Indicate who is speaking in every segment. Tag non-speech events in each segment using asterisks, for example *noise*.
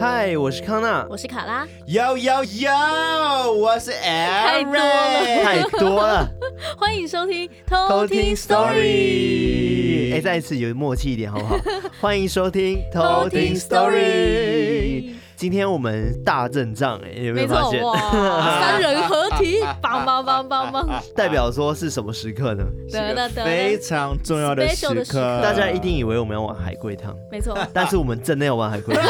Speaker 1: 嗨，我是康娜，
Speaker 2: 我是卡拉， *laughs*
Speaker 3: Yo yo yo，我是
Speaker 2: 太多了
Speaker 3: Aaron。
Speaker 1: 太多了，
Speaker 2: 欢迎收听
Speaker 1: 偷
Speaker 2: *laughs* 偷
Speaker 1: 听
Speaker 2: 听
Speaker 1: Story。哎，再一次有默契一点
Speaker 2: *laughs*
Speaker 1: 好不好？欢迎收听
Speaker 2: 偷听 Story。
Speaker 1: 今天我们大阵仗，哎，有没
Speaker 2: 没
Speaker 1: 有
Speaker 2: 错
Speaker 1: 发现？
Speaker 2: 哇，三人合
Speaker 1: *laughs*
Speaker 2: 体，棒棒棒棒棒，
Speaker 1: 代表说是什么时刻呢？
Speaker 2: 得了得
Speaker 3: 非
Speaker 2: 了，
Speaker 3: 常重要的时
Speaker 2: Special 的时
Speaker 3: 刻，
Speaker 2: 刻
Speaker 1: 大家一定以为我们要玩海龟汤，
Speaker 2: 没错，
Speaker 1: 但是我们真的要玩海龟汤。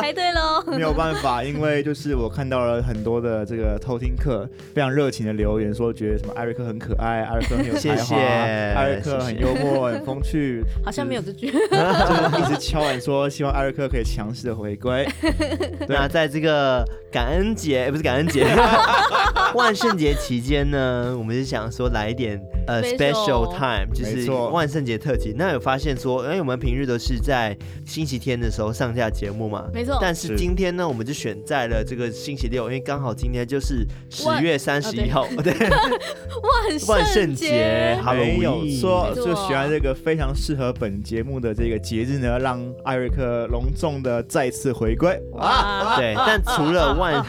Speaker 2: 猜对喽。
Speaker 1: 嗯
Speaker 3: 没有办法，因为就是我看到了很多的这个偷听客非常热情的留言，说觉得什么艾瑞克很可爱，艾瑞克很有才华，
Speaker 1: 谢谢
Speaker 3: *laughs* 艾瑞克
Speaker 1: 谢
Speaker 3: 很
Speaker 1: 谢
Speaker 3: 幽默、很风趣，
Speaker 2: 好像没有
Speaker 1: *laughs*
Speaker 2: 这句，
Speaker 3: 就是一直敲碗说希望艾瑞克可以强势的回归。
Speaker 1: *laughs* 那啊在这个感恩节，哎不是感恩节， *laughs* 万圣节期间呢，我们是想说来一点呃
Speaker 2: Special
Speaker 1: special time，就
Speaker 3: 没
Speaker 1: 是
Speaker 3: 错
Speaker 1: 万圣节特辑。那有发现说，哎，我们平日都是在星期天的时候上架节目嘛，
Speaker 2: 没错，
Speaker 1: 但是
Speaker 3: 是
Speaker 1: 今天呢，我们就选在了这个星期六，因为刚好今天就是十
Speaker 2: 万哦
Speaker 1: 月三十一
Speaker 2: *laughs*
Speaker 1: 号，对，
Speaker 2: 万
Speaker 1: 万
Speaker 2: 圣
Speaker 1: 圣节
Speaker 2: 节，
Speaker 1: h a l
Speaker 3: 没
Speaker 1: l
Speaker 3: 有
Speaker 1: o
Speaker 3: 说，
Speaker 2: 没错
Speaker 3: 就喜欢这个非常适合本节目的这个节日呢，让艾瑞克隆重的再次回归。
Speaker 2: 哇，
Speaker 1: 对，但除了万，
Speaker 2: *laughs*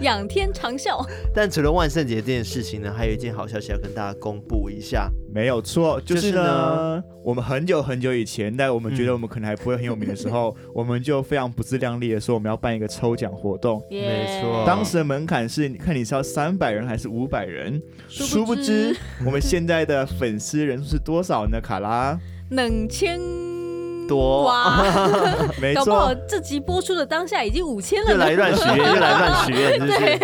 Speaker 2: 仰天长啸，
Speaker 1: 但除了万圣节这件事情呢，还有一件好消息要跟大家公布一下。
Speaker 3: 没有错，就
Speaker 1: 就是
Speaker 3: 是
Speaker 1: 呢
Speaker 3: 呢，我们很久很久以前，在我们觉
Speaker 1: 嗯
Speaker 3: 得我们可能还不会很有名的时候，我们就非常不自量力的说我们要办一个抽奖活动。
Speaker 1: 没错
Speaker 2: 哦
Speaker 3: 当时的门槛是，你看你是要三百人还是五百人？
Speaker 2: 殊
Speaker 3: 殊
Speaker 2: 不
Speaker 3: 不
Speaker 2: 知
Speaker 3: 知，我们现在的粉丝人数是多少呢？卡拉，
Speaker 2: 冷千
Speaker 1: 多
Speaker 2: *laughs* 哇，
Speaker 3: 没
Speaker 2: 搞不好
Speaker 3: 错，
Speaker 2: 这集播出的当下已经五千了
Speaker 1: 又
Speaker 2: 呢
Speaker 1: 来，乱许愿，又来乱许愿，是不是？
Speaker 2: 对，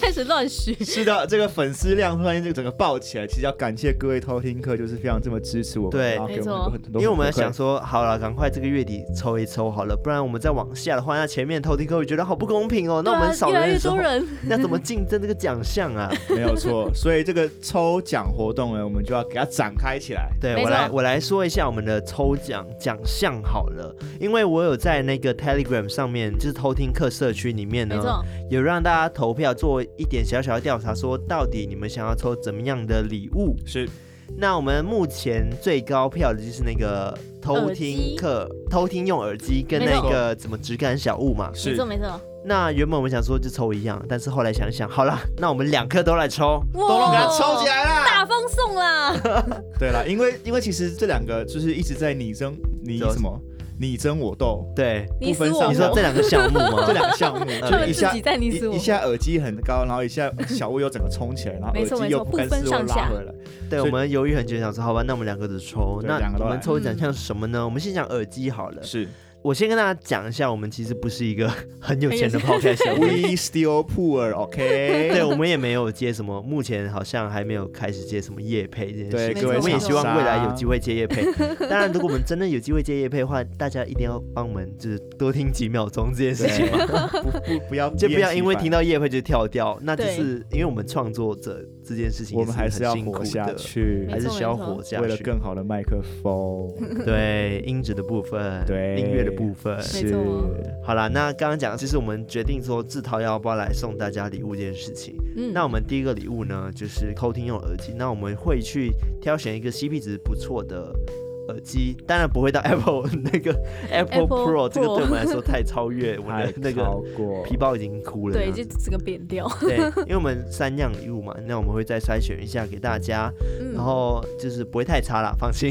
Speaker 2: 开始乱许，
Speaker 3: 是的，这个粉丝量突然间这个整个爆起来，其实要感谢各位偷听客，就是非常这么支持我们，
Speaker 1: 对
Speaker 3: 然后给我们很多很多，
Speaker 1: 因为我们想，说，好了，赶快这个月底抽一抽好了，不然我们再往下的话，那前面偷听客会觉得好不公平哦。那我们少
Speaker 2: 对啊越来
Speaker 1: 人
Speaker 2: 越
Speaker 1: 的时候
Speaker 2: 多，人，
Speaker 1: *laughs* 那怎么竞争这个奖项
Speaker 2: *laughs*
Speaker 1: 啊？
Speaker 3: 没有错，所以这个抽奖活动呢，我们就要给它展开起来。
Speaker 1: 对
Speaker 2: 没
Speaker 1: 我
Speaker 2: 错
Speaker 1: 来，我来说一下我们的抽奖奖项好了，因为我有在那个 Telegram 上面，就是偷听客社区里面
Speaker 2: 没
Speaker 1: 呢，
Speaker 2: 错，
Speaker 1: 有让大家投票做一点小小的调查，说到底你们想要抽怎么样的礼物？
Speaker 3: 是
Speaker 1: 那我们目前最高票的就是那个偷听客偷听用耳机跟那个什么质感小物嘛。
Speaker 2: 没
Speaker 3: 是
Speaker 2: 错，没错，
Speaker 1: 那原本我们想说就抽一样，但是后来想想，好啦， *laughs* 那我们两颗都来抽。
Speaker 2: 哦
Speaker 3: 都能给它抽起来啦！
Speaker 2: 大放送
Speaker 3: *laughs*
Speaker 2: 啦！
Speaker 3: 对啦，因为因为其实这两个就是一直在你争你什么，你争我斗，
Speaker 1: 对，
Speaker 2: 你死
Speaker 3: 不分
Speaker 2: 我
Speaker 3: 上
Speaker 1: 你说这
Speaker 2: 活，
Speaker 1: 两个项目
Speaker 3: *laughs*
Speaker 1: 吗？
Speaker 3: 这两
Speaker 1: *laughs*
Speaker 3: 个项目，
Speaker 1: 他
Speaker 2: 他
Speaker 3: 就
Speaker 2: 们
Speaker 3: 一
Speaker 2: 自
Speaker 3: 下
Speaker 2: 己在你死
Speaker 3: 一
Speaker 2: 我
Speaker 3: 一
Speaker 2: 活。
Speaker 3: 下耳机很高，然后一下小物又整个冲起来，然后
Speaker 2: 没
Speaker 3: 耳
Speaker 2: 错
Speaker 3: 机
Speaker 2: 没
Speaker 3: 又
Speaker 2: 错
Speaker 3: 不甘
Speaker 2: 不分
Speaker 3: 示弱
Speaker 2: 上
Speaker 3: 拉
Speaker 2: 下
Speaker 3: 回来。
Speaker 1: 对，
Speaker 3: 所以
Speaker 1: 我们犹豫很久，想说好吧，那我们两个都抽。
Speaker 3: 对
Speaker 1: 那
Speaker 3: 两个都
Speaker 1: 我们
Speaker 3: 来
Speaker 1: 抽奖项什么呢？我们先讲耳机好了。
Speaker 3: 是
Speaker 1: 我先跟大家讲一下，我们其实不是一个很有钱的
Speaker 2: 很
Speaker 1: podcast 节目
Speaker 3: *laughs* We still poor，OK？
Speaker 1: *laughs* 对，我们也没有接什么，目前好像还没有开始接什么业配这件事
Speaker 3: 对
Speaker 1: 情。
Speaker 2: 各位
Speaker 1: 我们也
Speaker 2: 厂
Speaker 1: 希望未来有
Speaker 3: 商
Speaker 1: 机会接业配。当然，如果我们真的有机会接业配的话，大家一定要帮我们就是多听几秒钟这件事情，
Speaker 3: 对，不不不要，
Speaker 1: 就不要因为听到业配就跳掉。那只
Speaker 2: 对
Speaker 1: 是因为我们创作者这件事情，
Speaker 3: 我们还
Speaker 1: 是
Speaker 3: 是要
Speaker 1: 很辛苦
Speaker 3: 活下
Speaker 1: 的，
Speaker 3: 去
Speaker 2: 没，
Speaker 1: 还是
Speaker 2: 错
Speaker 1: 需要
Speaker 2: 没错
Speaker 1: 活下
Speaker 3: 为了
Speaker 1: 去。
Speaker 3: 更好的麦克风，
Speaker 1: *laughs* 对音质的部分，
Speaker 3: 对
Speaker 1: 音乐的部分。
Speaker 3: 是
Speaker 2: 错
Speaker 1: 好啦，那刚刚讲，其实我们决定说自掏腰包来送大家礼物这件事情。
Speaker 2: 嗯
Speaker 1: 那我们第一个礼物呢，就是偷听用耳机。那我们会去挑选一个 CP 值不错的耳机，当然不
Speaker 3: *laughs*
Speaker 1: 会到 Apple 那个 Apple
Speaker 2: Apple
Speaker 1: Pro，这个
Speaker 2: Pro
Speaker 1: 对我们来说太超越我
Speaker 3: *laughs* 太
Speaker 1: 的那
Speaker 3: 超
Speaker 1: 个
Speaker 3: 过
Speaker 1: 皮包已经哭了呢。
Speaker 2: 对，就整个扁掉。 *laughs*
Speaker 1: 对，因为我们三样礼物嘛，那我们会再筛选一下给大家，
Speaker 2: 嗯
Speaker 1: 然后就是不会太差啦，放
Speaker 2: *laughs*
Speaker 1: 心。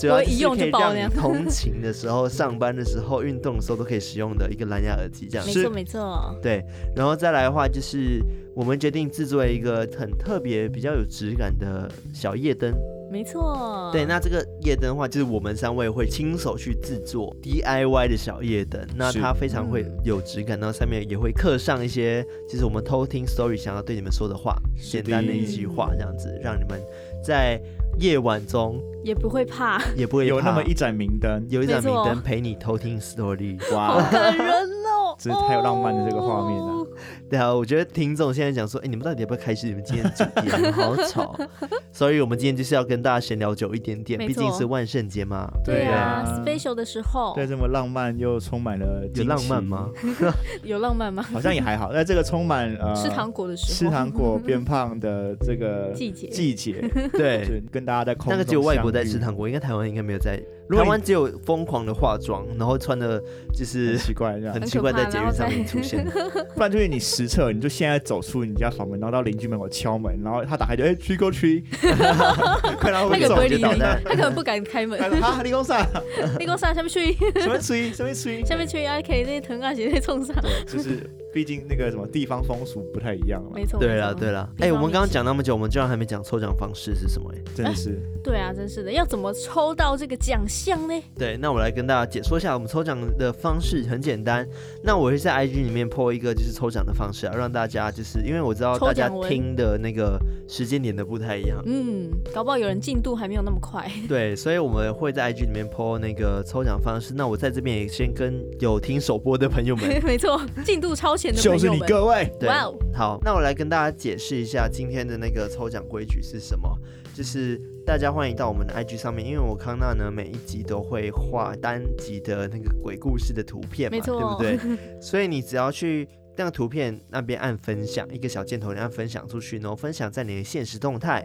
Speaker 1: 主要
Speaker 2: 不会
Speaker 1: 就
Speaker 2: 一
Speaker 1: 是
Speaker 2: 用
Speaker 1: 可以
Speaker 2: 就爆
Speaker 1: 让
Speaker 2: 那
Speaker 1: 你
Speaker 2: 样 *laughs*
Speaker 1: 通勤的时候、上班的时候、运动的时候都可以使用的一个蓝牙耳机，这样
Speaker 2: 没
Speaker 1: 子。
Speaker 2: 错没错，
Speaker 1: 对，然后再来的话就是我们决定制作一个很特别、比较有质感的小夜灯。
Speaker 2: 没错。
Speaker 1: 对，那这个夜灯的话，就是我们三位会亲手去制作 DIY 的小夜灯。那
Speaker 3: 是
Speaker 1: 它非常会
Speaker 2: 嗯
Speaker 1: 有质感，然后上面也会刻上一些，就是我们偷听 story 想要对你们说的话，
Speaker 3: 是
Speaker 1: 简
Speaker 3: 的
Speaker 1: 单的一句话，这样子让你们在夜晚中
Speaker 2: 也不会怕，
Speaker 1: 也不会
Speaker 3: 有那
Speaker 1: 怕
Speaker 3: 么一盏明
Speaker 2: *laughs*
Speaker 3: 灯，
Speaker 1: 有一盏
Speaker 2: 没
Speaker 1: 明
Speaker 2: 错
Speaker 1: 灯陪你偷听 story。
Speaker 3: 哇，
Speaker 2: 感人哦。
Speaker 3: 这太有浪漫的这个画面了
Speaker 1: 对啊，我觉得听众现在讲说，哎、你们到底要不要开始你们今天的主题啊？你们好
Speaker 2: *laughs*
Speaker 1: 吵。所以我们今天就是要跟大家闲聊久一点点，
Speaker 2: 没
Speaker 1: 毕
Speaker 2: 错
Speaker 1: 竟是万圣节嘛。
Speaker 2: 对啊
Speaker 3: 对啊
Speaker 2: ，special 的时候
Speaker 3: 在这么浪漫又充满了
Speaker 1: 啊有
Speaker 3: 惊
Speaker 1: 浪
Speaker 3: 喜
Speaker 1: 漫吗？？
Speaker 2: 有浪漫吗？
Speaker 3: 好像也还好，那这个充满呃
Speaker 2: 吃糖果的时候，
Speaker 3: 吃糖果变胖的这个
Speaker 2: 季节
Speaker 3: 季节，
Speaker 2: *laughs*
Speaker 3: 就
Speaker 1: 对，
Speaker 3: 跟大家在空
Speaker 1: 那个只有
Speaker 3: 中
Speaker 1: 外国在
Speaker 3: 相遇
Speaker 1: 吃糖果，应该台湾应该没有在
Speaker 3: 如
Speaker 1: 台
Speaker 3: 果
Speaker 1: 湾只有疯狂的化妆，然后穿的就是
Speaker 3: 很奇怪这样
Speaker 1: 很，奇怪，
Speaker 2: 很可怕
Speaker 1: 在捷运上面出现。
Speaker 3: 不然就是你实测，你就现在走出你家房门，然后到邻居门口敲门，然后他打开就哎 t r i c k
Speaker 1: *laughs*
Speaker 3: or treat，快来
Speaker 2: 他
Speaker 3: 我
Speaker 2: 可能不
Speaker 3: 走
Speaker 2: 会
Speaker 3: 就
Speaker 2: 理
Speaker 3: 捣
Speaker 2: 你，
Speaker 3: 蛋。
Speaker 2: 他可能不敢开门。
Speaker 3: *laughs* 他说啊，你
Speaker 2: *laughs*
Speaker 3: 讲啥？
Speaker 2: 你给我上下面去，
Speaker 3: 什么吹？什么吹？
Speaker 2: 下面去啊，可以那疼啊，直接冲上。
Speaker 3: 对，就是毕竟那个什么地方风俗不太一样嘛，
Speaker 2: 没错，
Speaker 1: 对啦
Speaker 2: 没错
Speaker 1: 对啦，
Speaker 2: 地
Speaker 1: 哎、
Speaker 2: 方
Speaker 1: 我们刚刚
Speaker 2: 民情
Speaker 1: 讲那么久，我们居然还没讲抽奖方式是什么、哎，
Speaker 3: 真的
Speaker 2: *laughs*
Speaker 3: 是。
Speaker 2: 对啊，真是的，要怎么抽到这个奖项呢？
Speaker 1: 对，那我来跟大家解说一下我们抽奖的方式，很简单。那我会在 IG 里面 po 一个就是抽奖的方式啊，让大家就是因为我知道
Speaker 2: 抽
Speaker 1: 大家
Speaker 2: 奖文
Speaker 1: 听的那个时间点的不太一
Speaker 2: *laughs*
Speaker 1: 样，
Speaker 2: 嗯，搞不好有人进度还没有那么快。，
Speaker 1: 对，所以我们会在 IG 里面 po 那个抽奖方式。那我在这边也先跟有听首播的朋友们
Speaker 2: *laughs* 没错，进度超前的朋
Speaker 3: 就
Speaker 2: 友
Speaker 3: 是你
Speaker 2: 们。
Speaker 3: 各位，
Speaker 1: 对
Speaker 2: 哇哦，
Speaker 1: 好，那我来跟大家解释一下今天的那个抽奖规矩是什么，就是大家欢迎到我们的 IG 上面，因为我康纳呢每一集都会画单集的那个鬼故事的图片嘛，
Speaker 2: 没错
Speaker 1: 对不
Speaker 2: *laughs*
Speaker 1: 对？所以你只要去。那个图片那边按分享，一个小箭头，你按分享出去，然后分享在你的现实动态，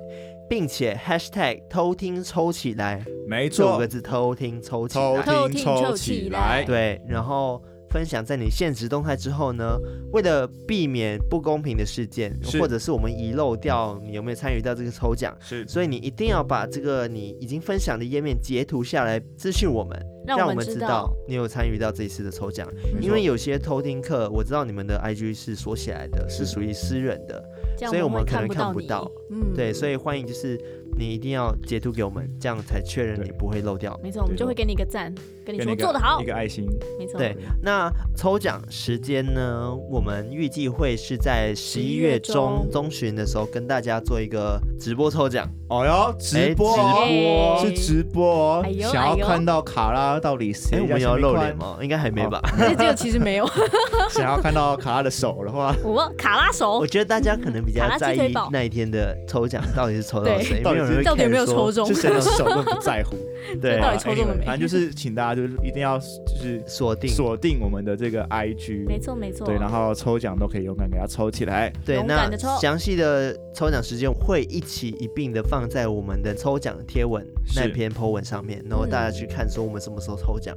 Speaker 1: 并且 hashtag 偷听抽起来，
Speaker 3: 没
Speaker 1: 这五个，字偷听抽起来，
Speaker 2: 偷听抽起来
Speaker 1: 对，然后分享在你现实动态之后呢，为了避免不公平的事件，
Speaker 3: 是
Speaker 1: 或者是我们遗漏掉你有没有参与到这个抽奖，
Speaker 3: 是
Speaker 1: 所以你一定要把这个你已经分享的页面截图下来，资讯我们，
Speaker 2: 让
Speaker 1: 让
Speaker 2: 我
Speaker 1: 我们
Speaker 2: 们知
Speaker 1: 知
Speaker 2: 道
Speaker 1: 道。你有参与到这一次的抽奖。
Speaker 3: 没错
Speaker 1: 因为有些偷听课，我知道你们的 IG 是锁起来的，是属于私人的，
Speaker 2: 这样
Speaker 1: 所以
Speaker 2: 我
Speaker 1: 我们
Speaker 2: 会
Speaker 1: 可能
Speaker 2: 不
Speaker 1: 看
Speaker 2: 到
Speaker 1: 不
Speaker 2: 你
Speaker 1: 到。
Speaker 2: 嗯，
Speaker 1: 对，所以欢迎就是你一定要截图给我们，这样才确认
Speaker 3: 对
Speaker 1: 你不会漏掉。
Speaker 2: 没错，我们就会给你一个赞，跟你
Speaker 3: 给
Speaker 2: 说
Speaker 3: 你
Speaker 2: 做得好
Speaker 3: 一。个爱心，
Speaker 2: 没错，
Speaker 1: 对，那抽奖时间呢？我们预计会是在十一月中
Speaker 2: 11
Speaker 1: 中旬的时候跟大家做一个直播抽奖。
Speaker 3: 哦哟，直播
Speaker 1: 哎
Speaker 3: 哦，
Speaker 2: 播
Speaker 3: 是直播哦
Speaker 2: 哎，呦
Speaker 3: 想要
Speaker 2: 哎呦
Speaker 3: 看到卡拉到底谁
Speaker 1: 哎、
Speaker 3: 在
Speaker 1: 我们要
Speaker 3: 下面
Speaker 1: 露
Speaker 3: 看
Speaker 1: 脸？吗？应该还没吧。
Speaker 2: *laughs* 这这个其实没有， *laughs*
Speaker 3: *laughs* 想要看到卡拉的手的话，
Speaker 2: 我卡拉手
Speaker 3: 哦
Speaker 1: 我觉得大家可能比
Speaker 2: *laughs*
Speaker 1: 较
Speaker 2: 卡拉鸡
Speaker 1: 在
Speaker 2: 腿
Speaker 1: 意
Speaker 2: 堡
Speaker 1: 那一天的抽奖到底是抽到
Speaker 2: 对
Speaker 1: 谁，
Speaker 3: 到
Speaker 1: 没
Speaker 3: 底
Speaker 1: 有
Speaker 3: 是
Speaker 1: 人会
Speaker 2: 到底有
Speaker 1: care
Speaker 2: 没有
Speaker 1: 说
Speaker 2: 抽中
Speaker 3: 是？谁的手更不在乎。
Speaker 1: 对
Speaker 2: 到底抽中了没
Speaker 3: 哎 Anyway，反正就是请大家就是一定要就是
Speaker 1: 锁定
Speaker 3: 锁定我们的这个 IG，
Speaker 2: 没错没错，
Speaker 3: 对，然后抽奖都可以勇敢给它抽起来。
Speaker 1: 对，
Speaker 2: 勇
Speaker 1: 那
Speaker 2: 敢地抽
Speaker 1: 详细的抽奖时间会一起一并的放在我们的抽奖贴文那
Speaker 3: 是
Speaker 1: 篇 po 文上面，然后大家去看说我们什么时候抽奖，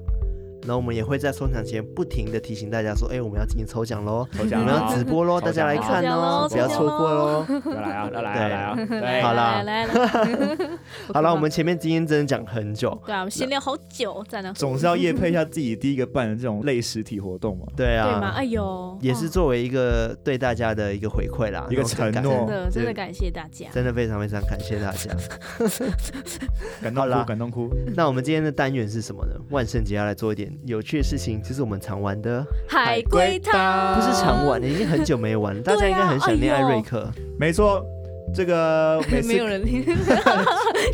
Speaker 1: 然后我们也会在抽奖前不停的提醒大家说，哎、我们要进行抽奖喽，
Speaker 3: 抽
Speaker 1: 我
Speaker 3: 奖
Speaker 1: 们
Speaker 3: 了
Speaker 1: 要
Speaker 3: 啊，
Speaker 1: 直播喽，
Speaker 3: 抽
Speaker 1: 大家
Speaker 3: 奖
Speaker 1: 来
Speaker 3: 了
Speaker 1: 看哦，
Speaker 3: 抽
Speaker 1: 不要
Speaker 3: 奖
Speaker 1: 错
Speaker 2: 了
Speaker 1: 过
Speaker 2: *laughs*
Speaker 1: 喽。
Speaker 3: 要来啊，要来啊，来啊，
Speaker 2: 来
Speaker 3: 对
Speaker 1: 好啦
Speaker 2: 来来来，
Speaker 3: *laughs*
Speaker 1: 好了，我
Speaker 2: 们
Speaker 1: 们前面今天真的讲很久，
Speaker 2: *laughs* 对啊，我们闲聊好久，赞啊，
Speaker 3: 总是要夜配一下自己第一个办的这种类实体活动嘛，
Speaker 1: 对
Speaker 2: 对吗？
Speaker 1: 啊，
Speaker 2: 哎呦，
Speaker 1: 也是
Speaker 2: 哦
Speaker 1: 作为一个对大家的一个回馈啦，
Speaker 3: 一
Speaker 1: 然
Speaker 3: 个
Speaker 1: 后很
Speaker 3: 承
Speaker 1: 感
Speaker 3: 诺
Speaker 2: 哦真的真的
Speaker 1: 对
Speaker 2: 感谢大家。
Speaker 1: 真的非常非常感谢大家。 *laughs*
Speaker 3: 感动
Speaker 1: 好啦
Speaker 3: 哭，感动哭。
Speaker 1: 那我们今天的单元是什么呢？万圣节要来做一点有趣的事情，就是我们常玩的，
Speaker 2: 海龟汤
Speaker 1: 不是常玩，的，已经很久没玩了，
Speaker 2: 啊
Speaker 1: 大家应该很想念艾瑞克。
Speaker 3: 没错，这
Speaker 2: *laughs*
Speaker 3: 个每次
Speaker 2: 没
Speaker 3: *laughs*
Speaker 2: 有人听，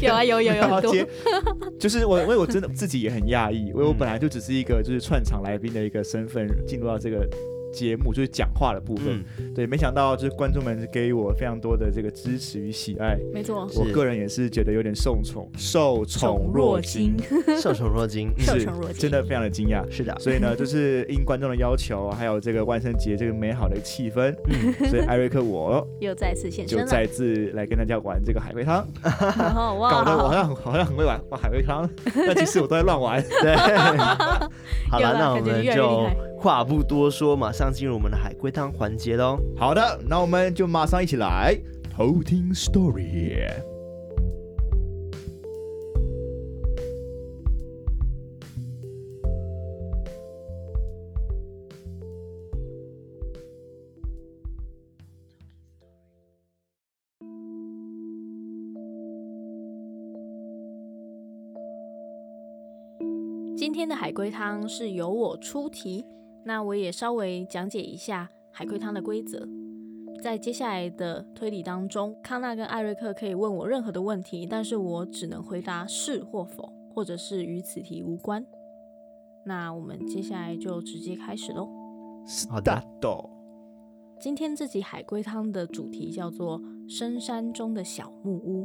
Speaker 2: 有啊有有有很
Speaker 3: 要
Speaker 2: 多，
Speaker 3: 接，
Speaker 2: *laughs*
Speaker 3: 就是我，因为我真的自己也很讶异，因
Speaker 2: 嗯
Speaker 3: 为我本来就只是一个就是串场来宾的一个身份进入到这个节目，就是讲话的部
Speaker 2: 哎
Speaker 3: 分
Speaker 1: 嗯。，
Speaker 3: 对，没想到就是观众们给予我非常多的这个支持与喜爱，
Speaker 2: 没错，
Speaker 1: 是
Speaker 3: 我个人也是觉得有点受宠受宠若惊，
Speaker 2: *laughs*
Speaker 1: 受宠若惊。嗯
Speaker 2: 受
Speaker 3: 是
Speaker 2: 宠若惊
Speaker 3: 真的非常的惊讶。
Speaker 1: 是的，
Speaker 3: 所以呢，就是应观众的要求，还有这个万圣节这个美好的气氛，
Speaker 2: 嗯
Speaker 3: 所以艾瑞
Speaker 2: *laughs*
Speaker 3: 克我
Speaker 2: 又再次现
Speaker 3: 就
Speaker 2: 身了。
Speaker 3: 再次来跟大家玩这个海龟汤，
Speaker 2: 然后
Speaker 3: 搞得我好
Speaker 2: 哇，
Speaker 3: 像很好像很会玩玩海
Speaker 2: *laughs*
Speaker 3: 龟汤，但其实我都在乱玩。
Speaker 1: 对。好
Speaker 2: 有
Speaker 1: 了，
Speaker 2: 啦
Speaker 1: 那我
Speaker 2: 感觉
Speaker 1: 们
Speaker 2: 越来越厉
Speaker 1: 就
Speaker 2: 害
Speaker 1: 话不多说，马上进入我们的海龟汤环节喽。
Speaker 3: 好的，那我们就马上一起来偷听 story。
Speaker 2: 今天的海龟汤是由我出题，那我也稍微讲解一下海龟汤的规则。在接下来的推理当中，康纳跟艾瑞克可以问我任何的问题，但是我只能回答是或否，或者是与此题无关。那我们接下来就直接开始喽。
Speaker 1: 好的
Speaker 3: Start
Speaker 2: 今天这集海龟汤的主题叫做《深山中的小木屋》。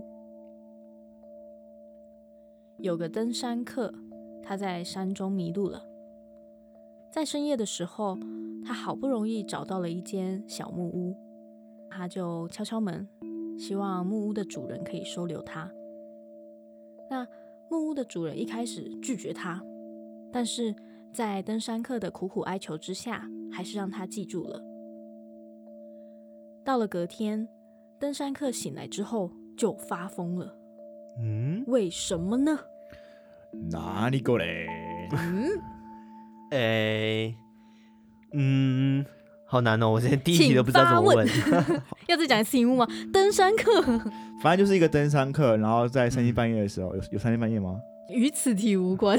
Speaker 2: 有个登山客，他在山中迷路了。在深夜的时候，他好不容易找到了一间小木屋，他就敲敲门，希望木屋的主人可以收留他。那木屋的主人一开始拒绝他，但是在登山客的苦苦哀求之下，还是让他记住了。到了隔天，登山客醒来之后就发疯了，
Speaker 1: 嗯，
Speaker 2: 为什么呢？
Speaker 3: 哪里过
Speaker 2: *laughs*
Speaker 3: 来？
Speaker 2: 嗯，
Speaker 1: 哎、嗯，好难哦，我连第一题都不知道怎么问。
Speaker 2: 要再讲一次题目吗？登山客
Speaker 3: 反正就是一个登山客，然后在三更半夜的时候，有有三更半
Speaker 2: *laughs*
Speaker 3: 夜吗？
Speaker 2: 与此题无关，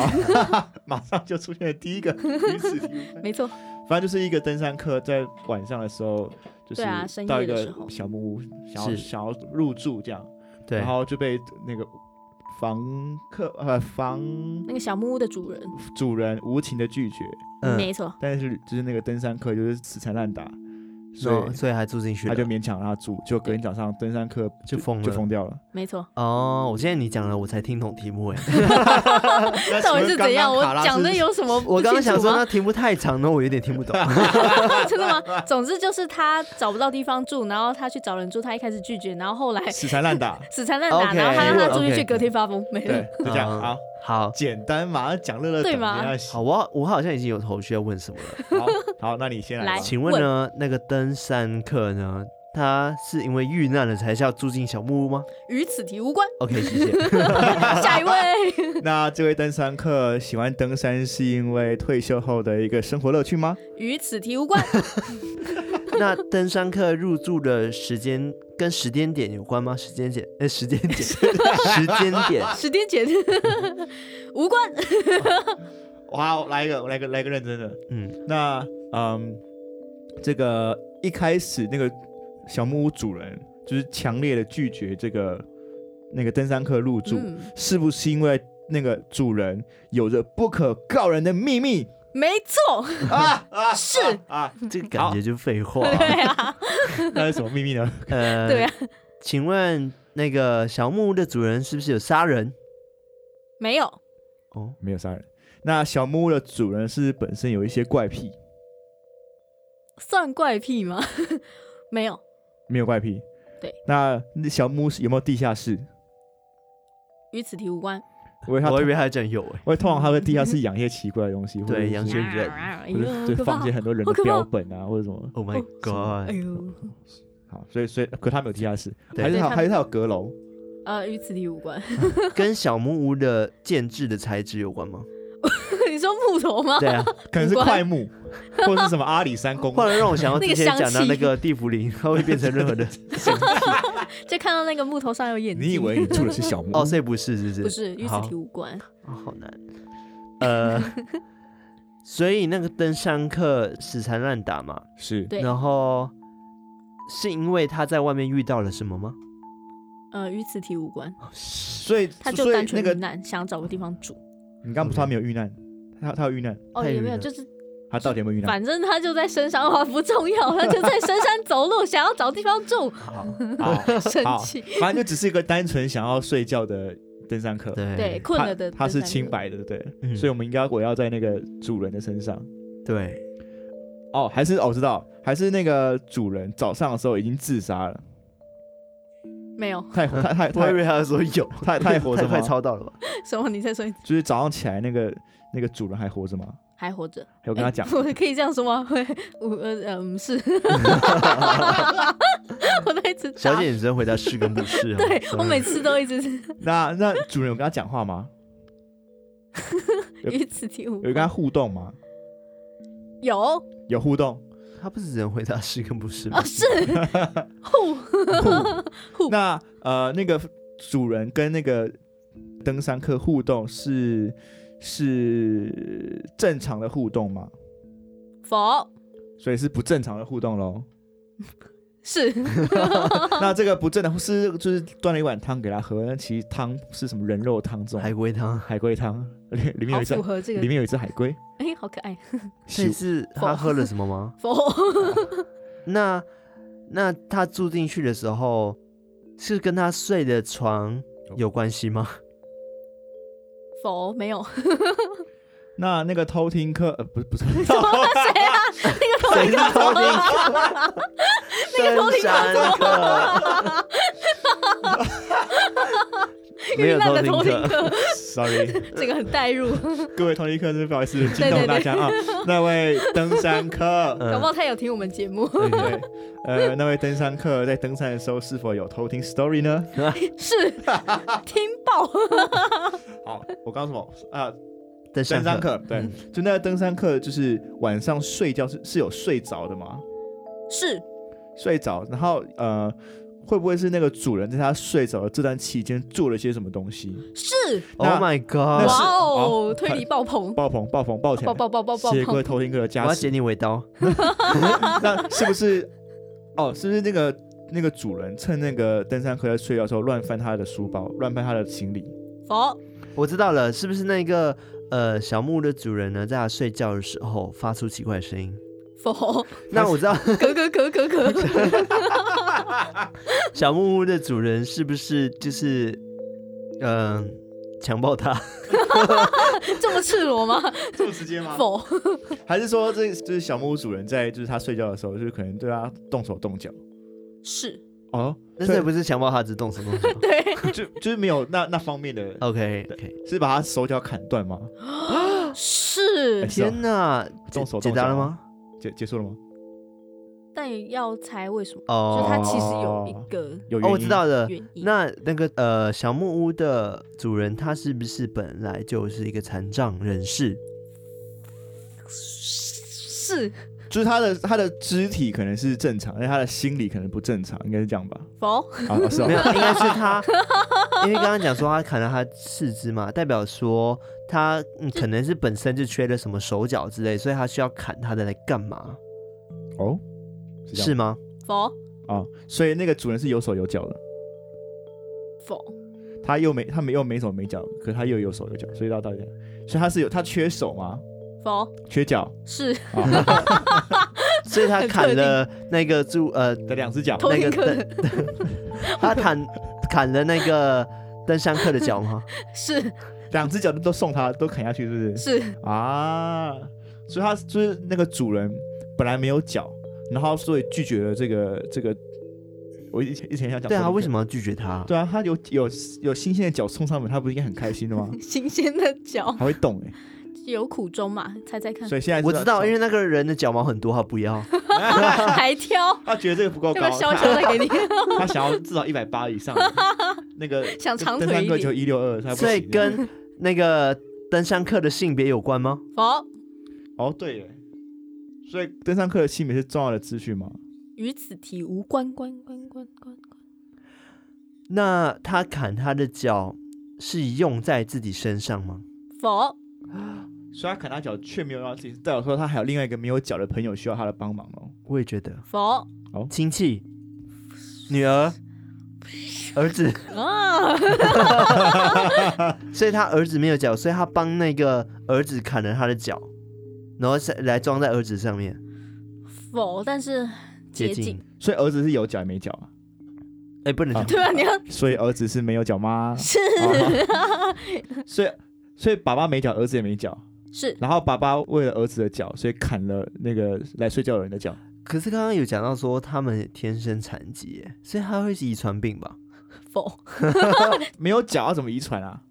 Speaker 3: 马上就出现了第一个女子题目
Speaker 2: 没错，
Speaker 3: 反正就是一个登山客在晚上的时候，就是
Speaker 2: 对啊深夜
Speaker 3: 到一
Speaker 2: 的
Speaker 3: 个
Speaker 2: 时候
Speaker 3: 小木屋，想要
Speaker 1: 是
Speaker 3: 想要入住这样，
Speaker 1: *laughs* 对
Speaker 3: 然，后就被那个房客呃房
Speaker 2: 那个小木屋的主人，
Speaker 3: 主人无情的拒绝，
Speaker 1: 嗯，
Speaker 2: 没错，
Speaker 3: 但是就是那个登山客就是死缠烂打，所
Speaker 1: 所以
Speaker 3: 以
Speaker 1: 所以还住进去
Speaker 3: 他
Speaker 1: 了
Speaker 3: 就。勉强让他住，就隔天早上登山客
Speaker 1: 就疯
Speaker 3: 就
Speaker 1: 了
Speaker 3: 疯掉
Speaker 2: *laughs*
Speaker 3: 了。
Speaker 2: 没错。
Speaker 1: 哦，我现在你讲了，我才听懂题目哎。
Speaker 2: 到底是怎样？我讲的有什么不
Speaker 1: 我刚刚
Speaker 2: 清
Speaker 1: 想
Speaker 2: 楚
Speaker 1: 说，
Speaker 2: 吗
Speaker 1: 那题目太长了，我有点听不懂。 *laughs*
Speaker 2: *laughs* 真的吗？总之就是他找不到地方住，然后他去找人住，他一开始拒绝，然后
Speaker 1: *laughs*
Speaker 2: 后来，
Speaker 3: 死缠烂打
Speaker 2: *laughs* 死缠烂打，
Speaker 1: OK，
Speaker 2: 然后他让他住进去，
Speaker 1: OK
Speaker 2: 隔天发疯，没
Speaker 3: 对
Speaker 2: 了。，
Speaker 3: 就这样
Speaker 1: 嗯
Speaker 3: 好。
Speaker 1: 好
Speaker 3: 简单嘛，讲乐乐
Speaker 2: 对
Speaker 3: 等
Speaker 2: 嘛
Speaker 3: 一下
Speaker 1: 好，我我好像已经有头绪要问什么了。
Speaker 3: 好好，那你先来
Speaker 2: 来
Speaker 3: 吧。
Speaker 1: 请问呢，那个登山客呢，他是因为遇难了才是要住进小木屋吗
Speaker 2: *laughs* 与此题无关。
Speaker 1: ？OK，谢谢。
Speaker 2: 下一位，
Speaker 3: *laughs* 那这位登山客喜欢登山是因为退休后的一个生活乐趣吗？
Speaker 2: 与此题无关。
Speaker 1: 那登山客入住的时间跟时间点有关吗？时间点，呃，时间点，时间点。
Speaker 2: 时间节 *laughs* 无关。
Speaker 3: 哇，我来一个，我来一个，来一个认真的。
Speaker 2: *laughs*
Speaker 1: 嗯，
Speaker 3: 那嗯，这个一开始那个小木屋主人就是强烈的拒绝这个那个登山客入住，
Speaker 2: 嗯，
Speaker 3: 是不是因为那个主人有着不可告人的秘密
Speaker 2: 没错，
Speaker 3: 啊啊
Speaker 2: *laughs* 是
Speaker 3: 啊？
Speaker 1: 这个感觉就废话、
Speaker 2: *laughs* 对啊，
Speaker 3: 那是什么秘
Speaker 1: *laughs*
Speaker 3: 密呢？
Speaker 1: 呃，
Speaker 2: *laughs* 对啊，
Speaker 1: 请问那个小木屋的主人是不是有杀人？
Speaker 2: 没有，
Speaker 1: 哦，
Speaker 3: 没有杀人。那小木屋的主人是本身有一些怪癖，
Speaker 2: 算怪癖吗？ *laughs* 没有，
Speaker 3: 没有怪癖。
Speaker 2: 对，
Speaker 3: 那那小木屋是有没有地下室？
Speaker 2: 与此题无关。
Speaker 3: 我以为他，
Speaker 1: 我以
Speaker 3: 我
Speaker 1: 为他真有哎、
Speaker 3: 以为通常他会地下室养一些奇怪的东西，或者
Speaker 1: 对
Speaker 3: 是
Speaker 1: 养些人
Speaker 2: 哎
Speaker 3: 或者
Speaker 2: 呦，
Speaker 3: 对
Speaker 2: 可
Speaker 3: 放一
Speaker 2: 怕
Speaker 3: 些！很多人
Speaker 2: 好
Speaker 3: 的
Speaker 2: 可怕
Speaker 3: 标本啊，或者什么。
Speaker 1: Oh my
Speaker 2: 哦
Speaker 1: god！
Speaker 2: 哎 *laughs* 呦，
Speaker 3: 好，所以所以可他没有地下室，
Speaker 1: 对
Speaker 3: 还是他
Speaker 2: 对他
Speaker 3: 还是他有阁楼？
Speaker 2: 呃，与此题无关。 *laughs*
Speaker 1: 跟小木屋的建制的材质有关
Speaker 2: *laughs*
Speaker 1: 吗？
Speaker 2: 你说木头吗？
Speaker 1: 对啊，
Speaker 3: 可能是
Speaker 2: 无关 *laughs*
Speaker 3: 快木，或者是什么阿里山 *laughs* 公
Speaker 1: 后来让我想到
Speaker 2: 那
Speaker 1: 之
Speaker 2: 个
Speaker 1: 前
Speaker 2: 香
Speaker 1: 讲到
Speaker 2: 气
Speaker 1: 那个地茯苓，它会变成任何
Speaker 2: *laughs*
Speaker 1: 的
Speaker 2: *laughs* 就看到那个木头上有眼睛。
Speaker 3: 你
Speaker 2: *laughs*
Speaker 3: 以为你住的是小木屋
Speaker 1: 哦，？所以不是，是不是？
Speaker 2: 不是与此
Speaker 1: 好
Speaker 2: 题无关？
Speaker 1: 哦好难。
Speaker 2: *laughs*
Speaker 1: 呃，所以那个登山客死缠烂打嘛，
Speaker 3: 是
Speaker 2: 对
Speaker 1: 然后是因为他在外面遇到了什么吗？哦
Speaker 2: 呃，与此题无关。
Speaker 3: 所以
Speaker 2: 他就
Speaker 3: 哦所以
Speaker 2: 单
Speaker 3: 那
Speaker 2: 纯
Speaker 3: 个
Speaker 2: 遇难，想找个地方住。
Speaker 3: 你刚不是说他没有遇难，他他有遇难，
Speaker 2: 哦，
Speaker 1: 太
Speaker 2: 也
Speaker 1: 晕
Speaker 2: 没有，
Speaker 1: 了
Speaker 2: 就是
Speaker 3: 他到底有没有遇难？
Speaker 2: 反正他就在深山，哦，不重要，他就在深山走路，想要找地方
Speaker 3: *laughs*
Speaker 2: 住，
Speaker 3: 好，
Speaker 2: *laughs*
Speaker 3: 好，
Speaker 2: 生
Speaker 3: 好
Speaker 2: 气。
Speaker 3: 反正就只是一个单纯想要睡觉的登山客。
Speaker 1: 对
Speaker 2: 对，困了的
Speaker 3: 他，他是
Speaker 2: 登山
Speaker 3: 清
Speaker 2: 客。
Speaker 3: 白的，对，
Speaker 1: 嗯
Speaker 3: 所以我们应该围绕在那个主人的身上。
Speaker 1: 对
Speaker 3: 哦，还是哦我知道，还是那个主人早上的时候已经自杀了，
Speaker 2: 没有
Speaker 3: 太太太
Speaker 1: 我以
Speaker 3: 太
Speaker 1: 为他
Speaker 3: *laughs*
Speaker 1: 说有，
Speaker 3: 太太活着
Speaker 1: 太
Speaker 3: 吗
Speaker 1: 快超到了吧？
Speaker 2: 什么？你再说一次，
Speaker 3: 就是早上起来那个那个主人还活着吗？
Speaker 2: 还活着？
Speaker 3: 还有跟他讲，
Speaker 2: *laughs* 我可以这样说吗？会，我呃嗯
Speaker 3: *laughs*
Speaker 2: 是。我在一直
Speaker 1: 小
Speaker 2: 答
Speaker 1: 姐，，你真回答是跟不 *laughs* 是哦？
Speaker 2: 对我每次都一直是
Speaker 3: 那那主人有跟他讲话吗？有
Speaker 2: 与此题无
Speaker 3: 有跟他
Speaker 2: 关。
Speaker 3: 互动吗？
Speaker 2: 有哦，
Speaker 3: 有
Speaker 2: *laughs*
Speaker 3: 互动。
Speaker 1: 他不是只能回答是跟不哦是吗？
Speaker 2: 是互 *laughs*
Speaker 3: 那呃，那个主人跟那个登山客互动是是正常的互动吗？
Speaker 2: 否
Speaker 3: 所以是不正常的互动
Speaker 2: *laughs*
Speaker 3: 喽。
Speaker 2: 是
Speaker 3: 那这个不正常是就是端了一碗汤给他喝，那其实汤是什么人肉汤这种
Speaker 1: 海龟 *laughs* 汤，
Speaker 3: 海龟汤，里里面有
Speaker 2: 好
Speaker 3: 一只
Speaker 2: 符合这
Speaker 3: 里
Speaker 2: 个，
Speaker 3: 面有一只海龟，
Speaker 2: 哎，好可爱。
Speaker 1: 所以是他喝了什么吗？ *laughs*
Speaker 2: 否
Speaker 1: 那那他住进去的时候，是跟他睡的床
Speaker 3: 哦
Speaker 1: 有关系 *laughs* 吗？
Speaker 2: 否没
Speaker 3: *laughs*
Speaker 2: 有。
Speaker 3: 那那个偷听客呃不是不是
Speaker 2: 谁啊？那个
Speaker 1: 谁是偷听客？登山 *laughs* 客，没有偷听
Speaker 2: 偷
Speaker 1: 客，
Speaker 2: 客，
Speaker 3: *laughs* ，sorry，
Speaker 2: 这个很代入，
Speaker 3: 各位同理客，真是不好意思惊动大家啊。那位登山客，
Speaker 2: 搞
Speaker 1: 嗯
Speaker 2: 不好他有听我们节目，
Speaker 3: 对，呃，那位登山客在登山的时候是否有偷听 story 呢？ *laughs*
Speaker 2: 是听爆。
Speaker 3: 好，我刚刚什么啊？
Speaker 1: 登
Speaker 3: 登山
Speaker 1: 山
Speaker 3: 客，对，就那个登山客，就是晚上睡觉是是有睡着的吗？
Speaker 2: 是
Speaker 3: 睡着，然后呃，会不会是那个主人在他睡着的这段期间做了些什么东西？
Speaker 2: 是，
Speaker 1: ，Oh
Speaker 3: 那
Speaker 1: my
Speaker 3: 那
Speaker 1: God！
Speaker 3: 啊是
Speaker 2: 哇哦，
Speaker 3: 好
Speaker 2: 推理爆棚，
Speaker 3: 爆棚，爆棚，爆起来
Speaker 2: 哦爆！爆爆爆爆
Speaker 3: 谢谢各位
Speaker 2: 棚，
Speaker 3: 偷听客的
Speaker 1: 我
Speaker 3: 加
Speaker 1: 要
Speaker 3: 持
Speaker 1: 剪。你尾刀，
Speaker 3: *laughs* 那是不是？哦，是不是那个那个主人趁那个登山客在睡觉的时候乱翻他的书包，乱翻他的行李？
Speaker 2: 否
Speaker 1: 我知道了，是不是那个呃小木屋的主人呢，在他睡觉的时候发出奇怪的声音？
Speaker 2: 否，
Speaker 1: 那我知
Speaker 3: *laughs*
Speaker 1: 道
Speaker 2: 咯咯咯咯咯，
Speaker 1: 小木屋的主人是不是就是嗯、呃强暴他？
Speaker 2: *laughs* 这么赤裸吗？
Speaker 3: 这么直接吗？
Speaker 2: 否，
Speaker 3: 还是说这就是小木屋主人在就是他睡觉的时候，就是可能对他动手动脚？
Speaker 2: 是
Speaker 3: 哦，
Speaker 1: 但是也不是强暴他，只是动手
Speaker 3: *laughs*
Speaker 1: 动脚。
Speaker 2: 对，
Speaker 3: 就就是没有那那方面的，
Speaker 1: OK OK，
Speaker 3: 是把他手脚砍断吗？
Speaker 2: 是
Speaker 3: 哎，是哦
Speaker 1: 天哪，解
Speaker 3: 动手动
Speaker 1: 解答
Speaker 3: 脚
Speaker 1: 了
Speaker 3: 吗
Speaker 1: 吗？
Speaker 3: 结结束了吗？
Speaker 2: 但要猜为什么？就
Speaker 1: 哦，
Speaker 2: 他其实有一个
Speaker 3: 有原
Speaker 1: 哦，
Speaker 3: 因？
Speaker 1: 我知道了。
Speaker 2: 原因。
Speaker 1: 那那个呃，小木屋的主人他是不是本来就是一个残障人士？
Speaker 2: 是
Speaker 3: 就是他的他的肢体可能是正常，但是他的心理可能不正常，应该是这样吧？
Speaker 2: 否？
Speaker 3: 啊，是
Speaker 1: 没
Speaker 3: 哦，
Speaker 1: *laughs* 有，应该是他，因为刚刚讲说他砍了他四肢嘛，代表说他、嗯、可能是本身就缺了什么手脚之类，所以他需要砍他的来干嘛？
Speaker 3: 哦，是这
Speaker 1: 是
Speaker 3: 样
Speaker 1: 吗？
Speaker 2: 否？
Speaker 3: 啊、哦，所以那个主人是有手有脚的，
Speaker 2: 否？
Speaker 3: 他又没他没又没手没脚，可是他又有手有脚，所以到到底，所以他是有他缺手吗？
Speaker 2: 否？
Speaker 3: 缺脚
Speaker 2: 是
Speaker 3: 啊
Speaker 1: *laughs* 所以他
Speaker 2: 很特
Speaker 1: 砍
Speaker 2: 定
Speaker 1: 了那个住呃，
Speaker 3: 的两只脚，
Speaker 2: 偷
Speaker 1: 那
Speaker 2: 听
Speaker 1: 个
Speaker 2: 客
Speaker 1: 灯
Speaker 2: 的，
Speaker 1: 他砍砍了那个登山客的脚 *laughs* 吗？
Speaker 2: *laughs* 是
Speaker 3: 两只脚都送他都砍下去，是不是？
Speaker 2: 是
Speaker 3: 啊，所以他就是那个主人本来没有脚，然后所以拒绝了这个这个。我以前以前想讲，
Speaker 1: 对啊，为什
Speaker 3: 么？
Speaker 1: 么要拒绝他？
Speaker 3: 对啊，他有有有新鲜的脚送上门，他不是应该很开心
Speaker 1: *laughs*
Speaker 3: 的吗？
Speaker 2: 新鲜的脚，
Speaker 3: 还会动哎、
Speaker 2: 有苦衷嘛？猜猜
Speaker 3: *laughs*
Speaker 2: 看，
Speaker 3: 所以现在
Speaker 1: 我知道，因
Speaker 3: 为
Speaker 1: 为那个人的脚毛很多，他不要。
Speaker 2: 还挑，
Speaker 3: 他觉得这个不够
Speaker 2: 要不
Speaker 3: 高
Speaker 2: 要，削一削再给你？
Speaker 3: 他他想要至少一百八以上的，那个
Speaker 2: 想长
Speaker 3: 登
Speaker 2: 腿
Speaker 3: 山
Speaker 2: 一
Speaker 3: 客就
Speaker 2: 点，
Speaker 3: 一六二，他不
Speaker 1: 所以
Speaker 3: 行啊
Speaker 1: 跟那个登山客的性别有关吗？
Speaker 2: 否？
Speaker 3: 哦对耶，所以登山客的性别是重要的资讯吗？
Speaker 2: 与此题无关，关关关关关，
Speaker 1: 那他砍他的脚是用在自己身上吗？
Speaker 2: 否？
Speaker 3: 所以他砍他脚却没有让自己，代表说他还有另外一个没有脚的朋友需要他的帮忙哦。
Speaker 1: 我也觉得，
Speaker 2: 否？
Speaker 1: 亲戚、女儿、儿子，
Speaker 2: 啊，
Speaker 1: 所以他儿子没有脚，所以他帮那个儿子砍了他的脚，然后是来装在儿子上面，
Speaker 2: 否？但是接近
Speaker 1: 近。。
Speaker 3: 所以儿子是有脚也没脚啊，
Speaker 1: 哎、不能
Speaker 3: 啊
Speaker 1: 讲，
Speaker 2: 对啊，你要
Speaker 3: 所以儿子是没有脚吗？
Speaker 2: 是 *laughs*
Speaker 3: 哦所以所以爸爸没脚，儿子也没脚，
Speaker 2: 是
Speaker 3: 然后爸爸为了儿子的脚，所以砍了那个来睡觉的人的脚。
Speaker 1: 可是刚刚有讲到说他们天生残疾耶，所以他会是遗传病吧？
Speaker 2: 否？
Speaker 3: 没有脚要怎么遗传啊？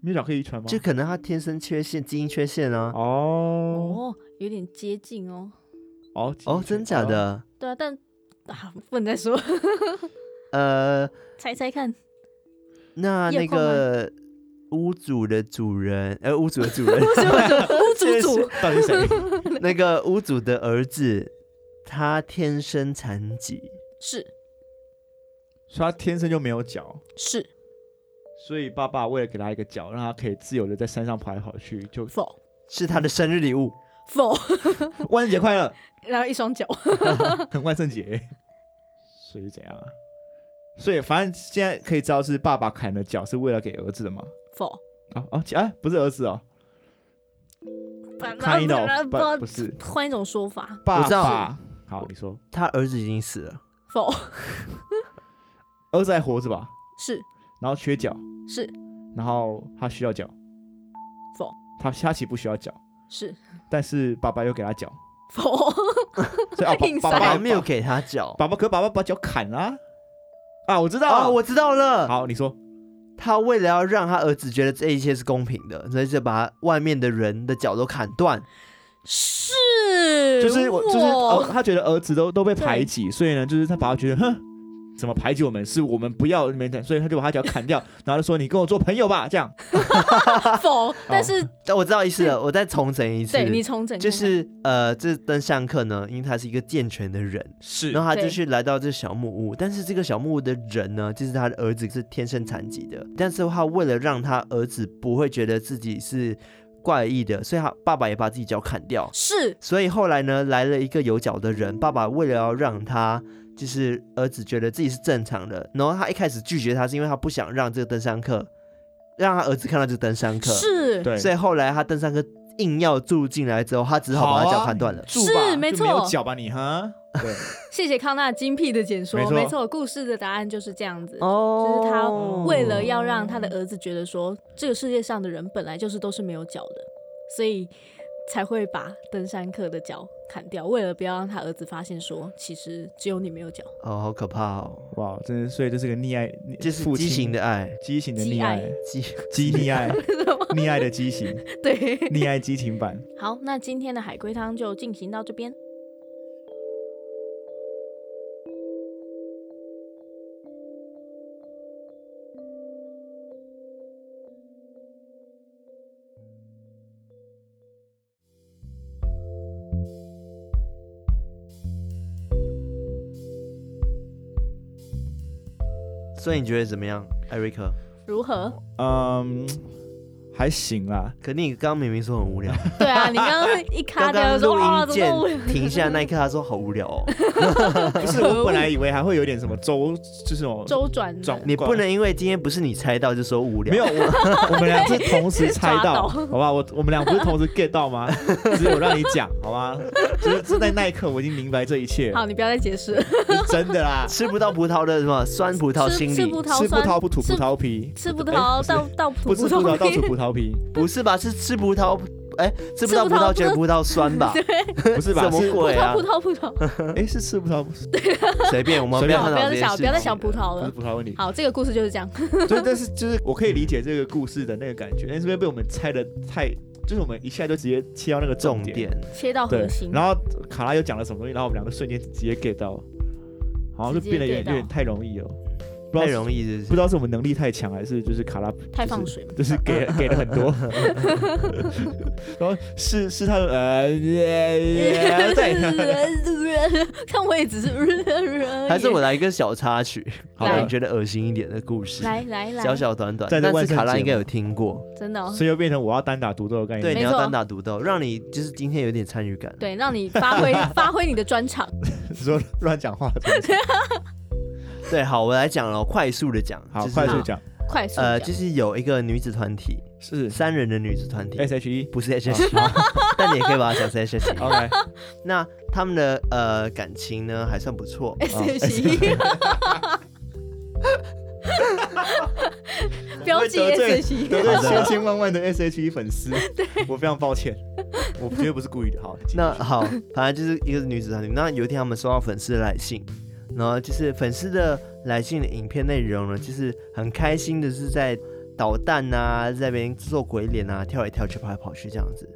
Speaker 3: 没有脚可以遗传吗？
Speaker 1: 就可能他天生缺陷，基因缺陷啊。
Speaker 3: 哦
Speaker 2: 哦，有点接近哦。
Speaker 3: 哦
Speaker 1: 哦，真假？ *laughs*
Speaker 3: 哦
Speaker 1: 的？
Speaker 2: 对啊，但啊，不能再说，
Speaker 1: 呃，
Speaker 2: *laughs* 猜猜 *laughs* 看，
Speaker 1: 那
Speaker 2: 你有
Speaker 1: 那
Speaker 2: 空吗
Speaker 1: 个屋主的主人，呃，屋主的
Speaker 2: *laughs*
Speaker 1: 主人， *laughs*
Speaker 2: 屋主主
Speaker 3: 到底是谁？
Speaker 1: 那个屋主的儿子，他天生残疾，
Speaker 2: 是
Speaker 3: 所以他天生就没有脚，
Speaker 2: 是
Speaker 3: 所以爸爸为了给他一个脚，让他可以自由的在山上跑来跑去，
Speaker 2: *laughs*
Speaker 3: 就
Speaker 2: 否
Speaker 1: 是他的生日礼物。
Speaker 2: 否， *laughs*
Speaker 3: 万圣节快乐，
Speaker 2: 然后一双脚，
Speaker 3: 很万圣节。所以怎样啊？所以反正现在可以知道是爸爸砍的脚是为了给儿子的嘛？
Speaker 2: 否？
Speaker 3: 啊啊啊！不是儿子哦，看一到不不是
Speaker 2: 换一种说法，
Speaker 3: 爸
Speaker 1: 知道
Speaker 3: 爸。好，你说
Speaker 1: 他儿子已经死了，
Speaker 2: 否
Speaker 3: 儿子还活着吧？
Speaker 2: 是
Speaker 3: 然后缺脚，
Speaker 2: 是
Speaker 3: 然后他需要脚，
Speaker 2: 否
Speaker 3: 他他其实不需要脚，
Speaker 2: 是
Speaker 3: 但是爸爸又给他
Speaker 1: *laughs*
Speaker 3: 脚，
Speaker 2: *laughs* 否
Speaker 3: 所以啊
Speaker 2: 硬，
Speaker 3: 爸
Speaker 1: 爸
Speaker 2: 塞
Speaker 3: 爸爸
Speaker 1: 爸
Speaker 3: 爸
Speaker 1: 没有给他脚。
Speaker 3: 爸爸，可爸爸把脚砍了啊！啊我知道
Speaker 1: 哦，
Speaker 3: 了
Speaker 1: 我知道了，
Speaker 3: 好，你说
Speaker 1: 他为了要让他儿子觉得这一切是公平的，所以就把外面的人的脚都砍断。
Speaker 2: 是，
Speaker 3: 就是我就是哦
Speaker 2: 我
Speaker 3: 儿他觉得儿子都都被
Speaker 2: 对
Speaker 3: 排挤，所以呢，就是他爸爸觉得哼，怎么排挤我们？是我们不要没等，所以他就把他脚砍掉，然后就说你跟我做朋友吧，这样。哦
Speaker 2: 否，但是
Speaker 1: 但我知道意思了，我再重整一次。
Speaker 2: 对你重整看看，
Speaker 1: 就是呃，这登上课呢，因为他是一个健全的人，
Speaker 3: *laughs* 是
Speaker 1: 然后他就
Speaker 2: 对
Speaker 1: 去来到这小木屋，但是这个小木屋的人呢，就是他的儿子是天生残疾的，但是他为了让他儿子不会觉得自己是怪异的，所以他爸爸也把自己脚砍掉。
Speaker 2: 是
Speaker 1: 所以后来呢，来了一个有脚的人，爸爸为了要让他就是儿子觉得自己是正常的，然后他一开始拒绝他是因为他不想让这个登山客让他儿子看到这个登山客，
Speaker 2: 是，
Speaker 3: 对，
Speaker 1: 所以后来他登山客硬要住进来之后，他只好把他脚砍断了。
Speaker 3: 住吧
Speaker 2: 是没
Speaker 3: 就没有
Speaker 2: 错
Speaker 3: 脚吧你哈？ *laughs* 对，
Speaker 2: 谢谢康纳精辟的解说
Speaker 3: 没，错
Speaker 2: 没错，故事的答案就是这样子。
Speaker 1: 哦
Speaker 2: 就是他为
Speaker 1: 嗯
Speaker 2: 了要让他的儿子觉得说，这个世界上的人本来就是都是没有脚的，所以才会把登山客的脚砍掉，为了不要让他儿子发现说，其实只有你没有脚。 *laughs*
Speaker 1: 哦，好可怕哦，
Speaker 3: 哇，真的，所以这是个溺爱，
Speaker 1: 这是畸形
Speaker 3: 的
Speaker 1: 的爱，
Speaker 3: 畸形的
Speaker 2: 畸
Speaker 3: 溺
Speaker 2: 爱
Speaker 3: 爱，
Speaker 1: 畸
Speaker 3: 畸
Speaker 2: *laughs*
Speaker 3: 溺爱，溺爱的畸形，
Speaker 2: 对，
Speaker 3: 溺爱激情版。
Speaker 2: 好，那今天的海龟汤就进行到这边。
Speaker 1: 所以你觉得怎么样，艾瑞克？
Speaker 2: 如何？
Speaker 3: 嗯，还行啦。
Speaker 1: 可你刚刚明明说很无聊，
Speaker 2: 对啊，你刚刚一卡
Speaker 1: 刚
Speaker 2: 掉
Speaker 1: 刚
Speaker 2: 就说
Speaker 1: 录
Speaker 2: 哇，
Speaker 1: 音
Speaker 2: 怎么
Speaker 1: 键
Speaker 2: 那么无聊
Speaker 1: 停下那一刻，他说好无聊哦。
Speaker 3: 不是，我本来以为还会有点什么周，就是什么
Speaker 2: 周转的
Speaker 3: 转
Speaker 1: 你不能因为今天不是你猜到就说无聊，
Speaker 3: 没有，我我们俩是同时
Speaker 2: *laughs*
Speaker 3: 猜
Speaker 2: 抓
Speaker 3: 到，
Speaker 2: 到
Speaker 3: 好吧？我我们俩不是同时 get 到吗？只是我让你讲，好
Speaker 2: *laughs*
Speaker 3: 吗？就是就在那一刻，我已经明白这一切，
Speaker 2: 好，你不要再解释了。
Speaker 3: 是真的
Speaker 2: *laughs*
Speaker 3: 啦。
Speaker 1: 吃不到葡萄的什么酸葡萄心
Speaker 2: 吃
Speaker 1: 理
Speaker 2: 葡，萄
Speaker 3: 吃葡
Speaker 2: 酸，
Speaker 3: 萄不吐葡
Speaker 2: 是
Speaker 3: 萄皮，
Speaker 2: 吃葡
Speaker 3: 哎
Speaker 2: 萄到到吐
Speaker 3: 不吃葡萄倒
Speaker 2: 皮
Speaker 3: 吐葡萄皮，
Speaker 1: 不是吧？是吃葡萄，哎，吃不到
Speaker 2: 吃葡萄
Speaker 1: 葡萄觉得葡萄酸
Speaker 2: *laughs*
Speaker 1: 吧？
Speaker 3: 不是吧？
Speaker 1: 什么
Speaker 3: 是
Speaker 1: 鬼啊
Speaker 2: 葡？萄葡萄，葡
Speaker 3: 哎，是吃葡萄，不是
Speaker 1: 随便，我们
Speaker 3: 随
Speaker 1: 不
Speaker 3: 便
Speaker 1: 要
Speaker 2: 萄
Speaker 1: 探
Speaker 2: 不
Speaker 1: 讨这件事
Speaker 2: 要再想，不要再
Speaker 1: 情
Speaker 2: 想葡萄
Speaker 3: 不是
Speaker 2: 了。
Speaker 3: 葡萄问题。
Speaker 2: 好，这个故事就是这样。
Speaker 3: 所以，但是就是我可以理解这个故事的那个感觉，但是因为被我们猜的太，就是我们一下就直接切到那个
Speaker 1: 重
Speaker 3: 点
Speaker 1: 点，
Speaker 2: 切到核
Speaker 3: 对
Speaker 2: 心，，
Speaker 3: 然后卡拉又讲了什么东西，然后我们两个瞬间直接 get 到，好像就
Speaker 2: 直接
Speaker 3: 变得有点
Speaker 2: get 到
Speaker 3: 有点太容易了，不
Speaker 1: 太
Speaker 3: 知道是
Speaker 1: 容易，是
Speaker 3: 不
Speaker 1: 不是？
Speaker 3: 知道是我们能力太强，还是就是卡拉
Speaker 2: 太放水嘛。
Speaker 3: 就是给给了很多，然后是是他的呃，
Speaker 2: *laughs*
Speaker 3: 对，
Speaker 2: 但我也只是而已，
Speaker 1: 还是我来一个小插曲，
Speaker 3: *laughs* 好
Speaker 1: 让
Speaker 3: 的
Speaker 1: 你觉得恶心一点的故事，
Speaker 2: 来来来，
Speaker 1: 小小短短，
Speaker 3: 在这
Speaker 1: 但
Speaker 3: 万
Speaker 1: 是
Speaker 3: 圣
Speaker 1: 卡拉
Speaker 3: 节
Speaker 1: 应该
Speaker 3: 嘛
Speaker 1: 有听过，
Speaker 2: 真的哦
Speaker 3: 所以又变成我要单打独斗的概念，
Speaker 1: 对，你
Speaker 2: 没
Speaker 1: 要
Speaker 2: 错
Speaker 1: 单打独斗，让你就是今天有点参与感。
Speaker 2: 对，让你发
Speaker 3: *laughs*
Speaker 2: 挥发挥你的专长。
Speaker 3: 说乱讲话的东西，
Speaker 1: 对，好，我来讲了，快速的讲，
Speaker 3: 好，
Speaker 1: 就是
Speaker 3: 快速讲，
Speaker 2: 快速
Speaker 1: 呃，
Speaker 2: 讲 *laughs*
Speaker 1: 就是有一个女子团体，
Speaker 3: 是
Speaker 1: 三人的女子团体，
Speaker 3: S H *laughs* E
Speaker 1: 不是 H H，但 *laughs* 你也可以把它想成 H H。
Speaker 3: OK，
Speaker 1: 那他们的呃感情呢还算不错，
Speaker 2: S
Speaker 3: 哦
Speaker 2: H E，标记
Speaker 3: 我会
Speaker 2: S
Speaker 3: 得
Speaker 2: H
Speaker 3: 得
Speaker 2: E，
Speaker 3: 罪千千万万的 S H E 粉丝，我非常抱歉，我绝对不是故意的，好，
Speaker 1: 那好，反正就是一个女子团体。那有一天他们收到粉丝的来信，然后就是粉丝的来信的影片内容呢，就是很开心的是在捣蛋啊，在那边做鬼脸啊，跳来跳去，跑来跑去这样子。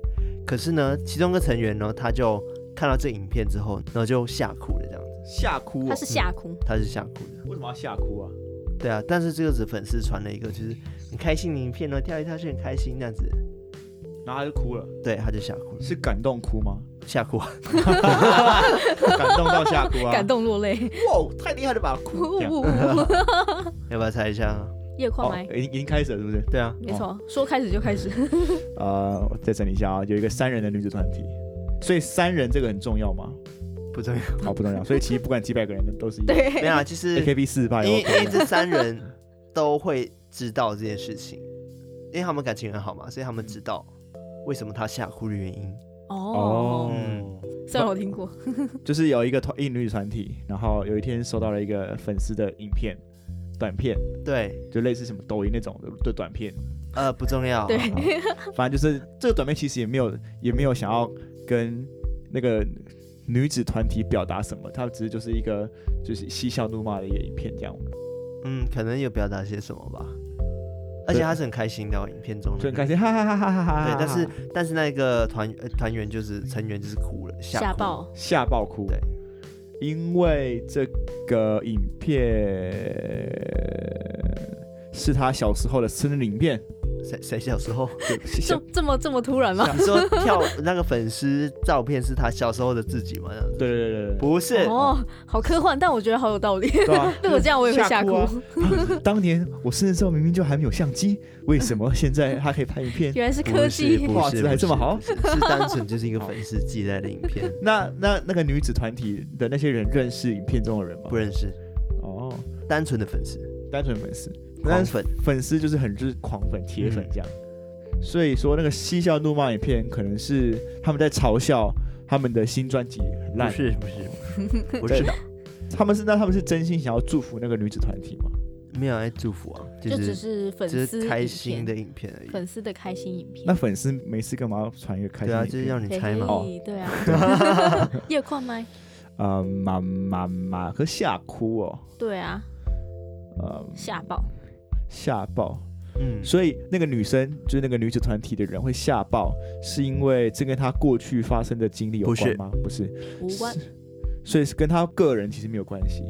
Speaker 1: 可是呢，其中一个成员呢，他就看到这影片之后，然后就吓哭了这样子，
Speaker 3: 吓哭哦，
Speaker 2: 他是吓哭，
Speaker 1: 他是吓哭的。
Speaker 3: 为什么要吓哭啊？
Speaker 1: 对啊，但是这个只粉丝传了一个就是很开心的影片哦呢，跳来跳去很开心这样子，
Speaker 3: 然后他就哭了，
Speaker 1: 对，他就吓哭了，
Speaker 3: 是感动哭
Speaker 2: *laughs*
Speaker 3: 吗？
Speaker 1: 吓哭啊。 *laughs*
Speaker 3: 感动到吓哭啊！
Speaker 2: 感动落泪。
Speaker 3: 哇，太厉害了吧！
Speaker 2: *laughs*
Speaker 3: 哭这样
Speaker 1: 要不要猜一下？
Speaker 2: 夜矿
Speaker 3: 哦
Speaker 2: 来，，
Speaker 3: 已经已经开始了，是不是？
Speaker 1: 对啊，
Speaker 2: 没错，说开始就开始。 *laughs*
Speaker 3: 呃，我再整理一下啊，有一个三人的女子团体，所以三人这个很重要
Speaker 1: *laughs*
Speaker 3: 吗？
Speaker 1: 不重要。
Speaker 3: 好，不重要。所以其实不管几百个人都是一样。
Speaker 1: 没
Speaker 2: 对，
Speaker 1: 有啊，就是。
Speaker 3: AKB 四十八
Speaker 1: 因为因为哎这三人都会知道这件事情，因为他们感情很好嘛，所以他们知道为什么他吓哭的原因。
Speaker 2: 哦
Speaker 3: 哦，
Speaker 1: 嗯
Speaker 2: 虽然我听过，
Speaker 3: 就是有一个团一女子团体，然后有一天收到了一个粉丝的影片。短片
Speaker 1: 对，
Speaker 3: 就类似什么抖音那种的的
Speaker 1: *laughs*
Speaker 3: 短片，
Speaker 1: 呃，不重要。
Speaker 2: 对
Speaker 3: 好反正就是这个短片其实也没有也没有想要跟那个女子团体表达什么，它只是就是一个就是嬉笑怒骂的一个影片这样。
Speaker 1: 嗯，可能有表达些什么吧。而且他是很开心的、哦，影片中的
Speaker 3: 就很开心，哈哈哈哈哈哈。
Speaker 1: 对，但是但是那个团呃团员就是成员就是哭了，
Speaker 2: *laughs* 吓
Speaker 1: 哭
Speaker 2: 爆！
Speaker 3: 吓爆哭，
Speaker 1: 对，
Speaker 3: 因为这个影片是他小时候的生日影片，
Speaker 1: 谁谁小时候？
Speaker 3: 就
Speaker 2: 这
Speaker 3: 小
Speaker 2: 这么这么突然吗？
Speaker 1: *laughs* 你说跳那个粉丝照片是他小时候的自己吗？那样子
Speaker 3: 对对对对对，
Speaker 1: 不是，
Speaker 2: 哦，好科幻，但我觉得好有道理。
Speaker 3: 对啊，
Speaker 2: 被我这样我也会吓
Speaker 3: 哭啊。 *laughs* 当年我生日的时候明明就还没有相机，为什么现在他可以拍
Speaker 2: *laughs*
Speaker 3: 影片？
Speaker 2: *laughs* 原来是
Speaker 1: 不
Speaker 2: 科
Speaker 1: 是
Speaker 2: 技，
Speaker 1: 不
Speaker 3: 画
Speaker 1: 是
Speaker 3: 质
Speaker 1: 不
Speaker 3: 还
Speaker 1: 是
Speaker 3: 这么好
Speaker 1: 不是是单纯就是一个粉丝寄来的影片，
Speaker 3: 那那那个女子团体的那些人认识影片中的人吗？
Speaker 1: 不认识，
Speaker 3: 哦，
Speaker 1: 单纯的粉丝，
Speaker 3: 单纯粉丝，
Speaker 1: 狂
Speaker 3: 但是
Speaker 1: 粉。
Speaker 3: 粉丝就是很就是狂粉、铁
Speaker 1: 嗯
Speaker 3: 粉这样。所以说那个嬉笑怒骂影片，可能是他们在嘲笑他们的新专辑很
Speaker 1: 不
Speaker 3: 烂。
Speaker 1: 是不是不
Speaker 3: 对
Speaker 1: 是的，
Speaker 3: 他们是那他们是真心想要祝福那个女子团体吗？
Speaker 1: 没有来祝福啊，
Speaker 2: *laughs* 就只
Speaker 1: 是
Speaker 2: 是粉
Speaker 1: 只
Speaker 2: 丝
Speaker 1: 是开
Speaker 2: 影
Speaker 1: 心
Speaker 2: 片
Speaker 1: 的影片而已。
Speaker 2: 粉丝的开心影片。
Speaker 3: 那粉丝没事干嘛要传一个开
Speaker 1: 对
Speaker 3: 心
Speaker 1: 啊，
Speaker 3: 的
Speaker 1: 就是
Speaker 3: 影
Speaker 1: 让
Speaker 3: 片？
Speaker 1: 你猜嘛。
Speaker 3: 哦
Speaker 2: 嘿
Speaker 1: *laughs*
Speaker 2: 对啊，夜矿麦，
Speaker 3: 啊，妈妈妈和吓哭哦，
Speaker 2: 对啊，
Speaker 3: 呃，
Speaker 2: 吓爆，
Speaker 3: 吓爆。
Speaker 1: 嗯，
Speaker 3: 所以那个女生就是那个女子团体的人会吓爆，是因为这跟她过去发生的经历有
Speaker 1: 不是
Speaker 3: 关吗？不是，
Speaker 2: 无关
Speaker 3: 是，所以是跟她个人其实没有关系，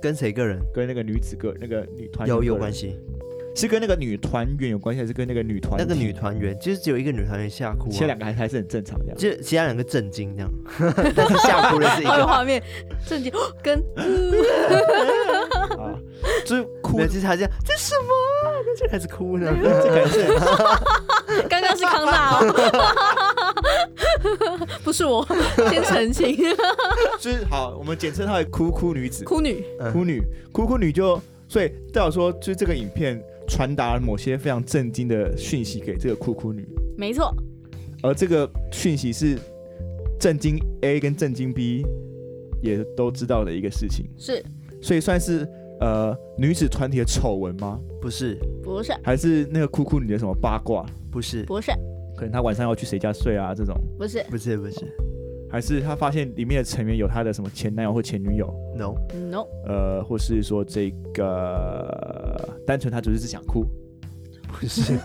Speaker 1: 跟谁个人
Speaker 3: 跟那个女子个那个女团
Speaker 1: 有有关
Speaker 3: 系，
Speaker 1: 系？
Speaker 3: 是跟那个女团员有关系，还是跟那个女团
Speaker 1: 那个
Speaker 3: 体
Speaker 1: 女团员其实只有一个女团员吓哭
Speaker 3: 其他两
Speaker 1: 啊，
Speaker 3: 个还还是很正常这样。
Speaker 1: 就其他两个震惊这样，但是 *laughs* 吓哭的是一
Speaker 2: *laughs* 好有
Speaker 1: *laughs* 个。
Speaker 2: 画面，震惊，跟
Speaker 1: *laughs*
Speaker 3: 啊，就是哭
Speaker 1: 没有，，就是他这样，这什么啊？他就开始哭呢。
Speaker 3: 这
Speaker 1: *laughs*
Speaker 3: 感觉很
Speaker 2: 刚刚是康纳哦， *laughs* 不是我，先澄清，
Speaker 3: 就是好，我们简称她为哭哭女子，
Speaker 2: 哭女，
Speaker 1: 嗯
Speaker 3: 哭女，哭哭女就，所以代表说，就是这个影片传达了某些非常震惊的讯息给这个哭哭女，
Speaker 2: 没错，
Speaker 3: 而这个讯息是震惊 A 跟震惊 B 也都知道的一个事情，
Speaker 2: 是
Speaker 3: 所以算是呃女子团体的丑闻吗？
Speaker 1: 不是
Speaker 2: 不是
Speaker 3: 还是那个哭哭女的什么八卦？
Speaker 1: 不是
Speaker 2: 不是
Speaker 3: 可能她晚上要去谁家睡啊这种，
Speaker 2: 不是
Speaker 1: 不是不是
Speaker 3: 还是她发现里面的成员有她的什么前男友或前女友，
Speaker 1: ，no，
Speaker 2: ，no，
Speaker 1: *laughs*
Speaker 3: 呃，或是说这个单纯她只是想哭。
Speaker 2: *laughs*
Speaker 1: 不是，是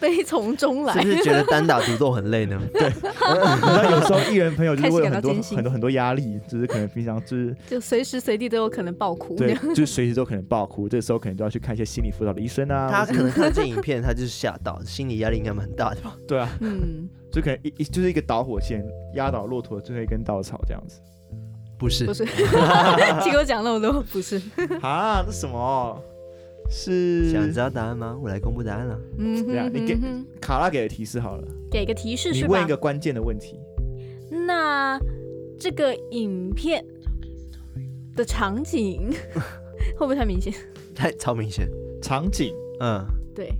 Speaker 2: 悲从中来
Speaker 1: 不，是觉得单打独斗很累 *laughs* 呢？
Speaker 3: 那有时候艺人朋友就是会有
Speaker 2: 开始
Speaker 3: 很多
Speaker 2: 感到艰辛
Speaker 3: 很多很多压力，就是可能平常就是
Speaker 2: 就随时随地都有可能爆哭， *laughs*
Speaker 3: 对，就是随时都可能爆哭，这时候可能就要去看一些心理辅导的医生
Speaker 2: *laughs*
Speaker 3: 啊。
Speaker 1: 他可能看这影片，他就是吓到，心理压力应该蛮大的吧？
Speaker 3: 对啊，
Speaker 2: 嗯，
Speaker 3: 就可能一一就是一个导火线，压倒骆驼的最后一根稻草这样子。
Speaker 1: *laughs*
Speaker 3: *laughs*
Speaker 1: 不是 *laughs*
Speaker 2: 不，是，结果讲那么多，不是，
Speaker 3: 啊，这什么？是
Speaker 1: 想知道答案吗？我来公布答案了。
Speaker 2: 嗯
Speaker 3: 对啊
Speaker 2: 哼
Speaker 3: 你给
Speaker 2: 嗯哼
Speaker 3: 卡拉给的提示好了，
Speaker 2: 给个提示
Speaker 3: 你
Speaker 2: 是
Speaker 3: 问一
Speaker 2: 吧？
Speaker 3: 个关键的问题。
Speaker 2: 那这个影片的场
Speaker 1: *laughs*
Speaker 2: 景会不会太明显？
Speaker 1: *laughs* 太超明显。
Speaker 3: 场景，
Speaker 1: 嗯，
Speaker 2: 对，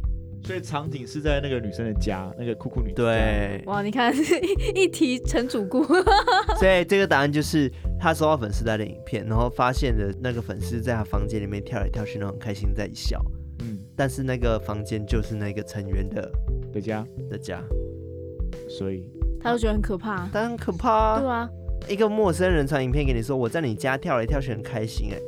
Speaker 3: 所以场景是在那个女生的家，那个酷酷女。，
Speaker 1: 对，
Speaker 2: 哇，你看 *laughs* 一提陈主
Speaker 1: *laughs*
Speaker 2: 顾，
Speaker 1: 所以这个答案就是他收到粉丝带的影片，然后发现了那个粉丝在他房间里面跳来跳去，然后很开心在笑，
Speaker 3: 嗯，
Speaker 1: 但是那个房间就是那个成员的
Speaker 3: 的家，
Speaker 1: 的家，
Speaker 3: 所以
Speaker 2: 他就觉得很可怕。
Speaker 1: 当然很可怕、啊
Speaker 2: 对。啊，
Speaker 1: 一个陌生人传影片给你说我在你家跳来跳去很开心哎、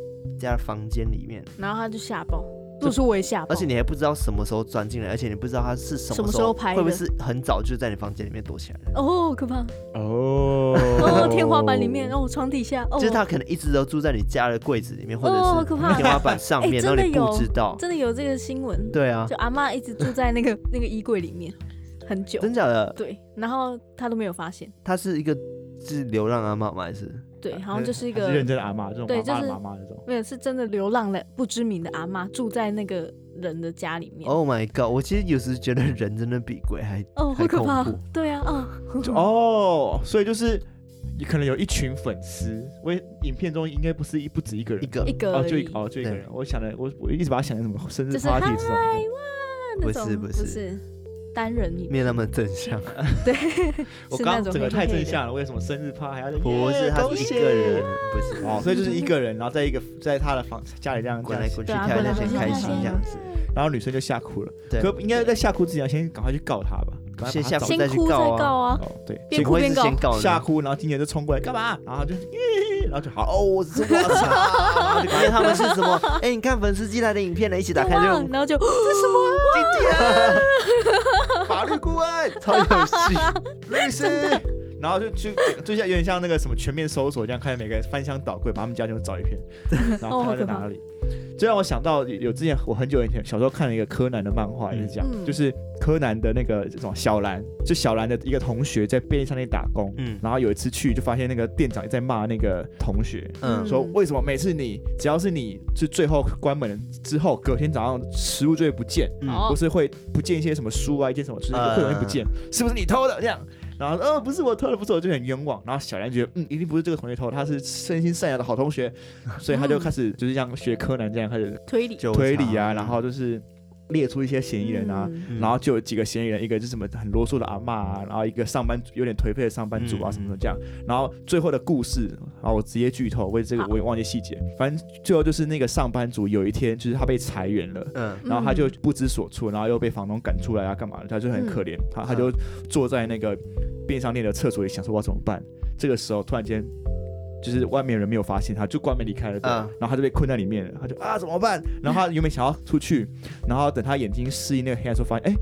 Speaker 1: 家的房间里面，
Speaker 2: 然后他就吓爆，如果说我也吓爆，
Speaker 1: 而且你还不知道什么时候钻进来，而且你不知道他是什
Speaker 2: 哦什
Speaker 1: 么
Speaker 2: 么
Speaker 1: 时
Speaker 2: 时
Speaker 1: 候
Speaker 2: 候拍的
Speaker 1: 会不会是很早就在你房间里面躲起来的？
Speaker 2: 哦，可怕，
Speaker 3: 哦
Speaker 2: 哦，天花板里面，哦，床底下，哦
Speaker 1: 就，是他可能一直都住在你家的柜子里面，或者
Speaker 2: 哦好
Speaker 1: 是
Speaker 2: 可怕
Speaker 1: 天花板上
Speaker 2: *laughs* 哎
Speaker 1: 面，然后
Speaker 2: 真的
Speaker 1: 你不
Speaker 2: 有
Speaker 1: 知道。
Speaker 2: 真的有这个新闻，
Speaker 1: 对啊
Speaker 2: 就，阿嬷一直住在那个 *laughs* 那个衣柜里面很久，
Speaker 1: 真假的？
Speaker 2: 对，然后他都没有发现，
Speaker 1: 他是一个是流浪阿嬷吗？还是
Speaker 2: 对，好像就是一
Speaker 3: 啊还
Speaker 2: 个
Speaker 3: 是认真的阿妈这种
Speaker 2: 对
Speaker 3: 妈妈
Speaker 2: 就
Speaker 3: 的
Speaker 2: 是
Speaker 3: 妈妈那种。
Speaker 2: 没有是真的流浪了不知名的阿嬷住在那个人的家里
Speaker 3: 哦
Speaker 2: 面，
Speaker 1: ？Oh my god！我其实有时觉得人真的比鬼还……
Speaker 2: 哦，好
Speaker 1: 很
Speaker 2: 可怕
Speaker 1: 恐怖，
Speaker 2: 对啊，哦，
Speaker 3: *laughs* 就哦，所以就是也可能有一群粉丝，我也影片中应该不是一不止一个人，
Speaker 1: 一个
Speaker 2: 一个
Speaker 3: 哦
Speaker 2: 而
Speaker 3: 就一
Speaker 2: 已
Speaker 3: 哦就一个
Speaker 1: 对
Speaker 3: 人，我想的我我一直把它想成什么生日
Speaker 2: 就是嗨
Speaker 3: party 这种
Speaker 2: 哇
Speaker 3: 的，
Speaker 2: 那
Speaker 1: 不
Speaker 2: 种
Speaker 1: 是不是
Speaker 2: 单人影
Speaker 1: 没有那么正向， *laughs*
Speaker 2: 对，
Speaker 3: 我
Speaker 2: 是那
Speaker 3: 刚
Speaker 2: 种
Speaker 3: 整
Speaker 2: 黑
Speaker 3: 个太
Speaker 2: 黑
Speaker 3: 正
Speaker 2: 的
Speaker 3: 向了，为什么生日趴还要
Speaker 1: 不是他是一个人，不是
Speaker 3: 哦，所以就是一个人，然后在一个在他的房家里这样
Speaker 1: 滚来滚去
Speaker 2: 对啊
Speaker 1: 跳来
Speaker 2: 滚
Speaker 1: 跳
Speaker 2: 来
Speaker 1: 去
Speaker 2: 滚去
Speaker 1: 开
Speaker 2: 跳
Speaker 1: 心
Speaker 2: 来
Speaker 1: 这样子。
Speaker 3: 然后女生就吓哭了。
Speaker 1: 对，
Speaker 3: 嗯可应该在吓哭之前先赶快去告他吧，赶快
Speaker 1: 先
Speaker 3: 把
Speaker 1: 下
Speaker 3: 他找
Speaker 1: 不
Speaker 2: 先
Speaker 1: 再去
Speaker 2: 哭再
Speaker 1: 告啊
Speaker 2: 告啊，
Speaker 3: 哦，对，
Speaker 2: 边
Speaker 1: 怎
Speaker 2: 哭
Speaker 1: 么会
Speaker 2: 边
Speaker 1: 是
Speaker 2: 告
Speaker 1: 先告呢
Speaker 3: 吓哭，然后今年就冲过来干嘛？然后他就，然后就好
Speaker 1: 哦，我是我操！然后就看他们是什么？哎、你看粉丝寄来的影片呢，一起打开
Speaker 2: 对
Speaker 1: 这
Speaker 2: 哇
Speaker 1: 种
Speaker 2: 然后就 *gasps* 这什么？
Speaker 1: 弟弟啊，
Speaker 3: 法律顾问、
Speaker 1: 超有戏。
Speaker 3: *laughs* 律师，然后就就就像有点像那个什么全面搜索这样，看每个翻箱倒柜，把他们家全部找一遍，然后看他在哪里。这让我想到有有之前我很久以前小时候看了一个柯南的漫画，也是讲，
Speaker 2: 嗯
Speaker 3: 就是柯南的那个这种小兰，就小兰的一个同学在便利商店打工，
Speaker 1: 嗯
Speaker 3: 然后有一次去就发现那个店长在骂那个同学，
Speaker 1: 嗯
Speaker 3: 说为什么每次你只要是你是最后关门之后，隔天早上食物就会不见，
Speaker 2: 哦呃
Speaker 3: 不是会不见一些什么书啊，一些什么，就是
Speaker 1: 嗯
Speaker 3: 会容易不见，是不是你偷的这样？然后呃不是我偷的，不是我就很冤枉。然后小兰觉得嗯一定不是这个同学偷，他是身心善良的好同学，所以他就开始就是像学柯南这样开始
Speaker 2: 推理，
Speaker 1: 纠
Speaker 3: 推理啊，
Speaker 1: 缠
Speaker 3: 然后就是列出一些嫌疑人啊，
Speaker 2: 哦嗯
Speaker 1: 嗯
Speaker 3: 然后就有几个嫌疑人，一个就是什么很啰嗦的阿嬷啊，然后一个上班有点颓废的上班族啊，
Speaker 1: 嗯
Speaker 3: 什么什么这样。然后最后的故事，然后我直接剧透，为这个
Speaker 2: 好
Speaker 3: 我也忘记细节。反正最后就是那个上班族有一天就是他被裁员了。
Speaker 1: 嗯
Speaker 2: 嗯
Speaker 3: 然后他就不知所措，然后又被房东赶出来啊，干嘛的？他就很
Speaker 2: 嗯
Speaker 3: 可怜，他他就坐在那个便利商店的厕所里，想说我要怎么办。这个时候突然间，就是外面人没有发现他，就关门离开了，对
Speaker 1: 嗯
Speaker 3: 然后他就被困在里面了，他就啊怎么办？然后他原本想要出去，然后等他眼睛适应那个黑暗的时候，发现哎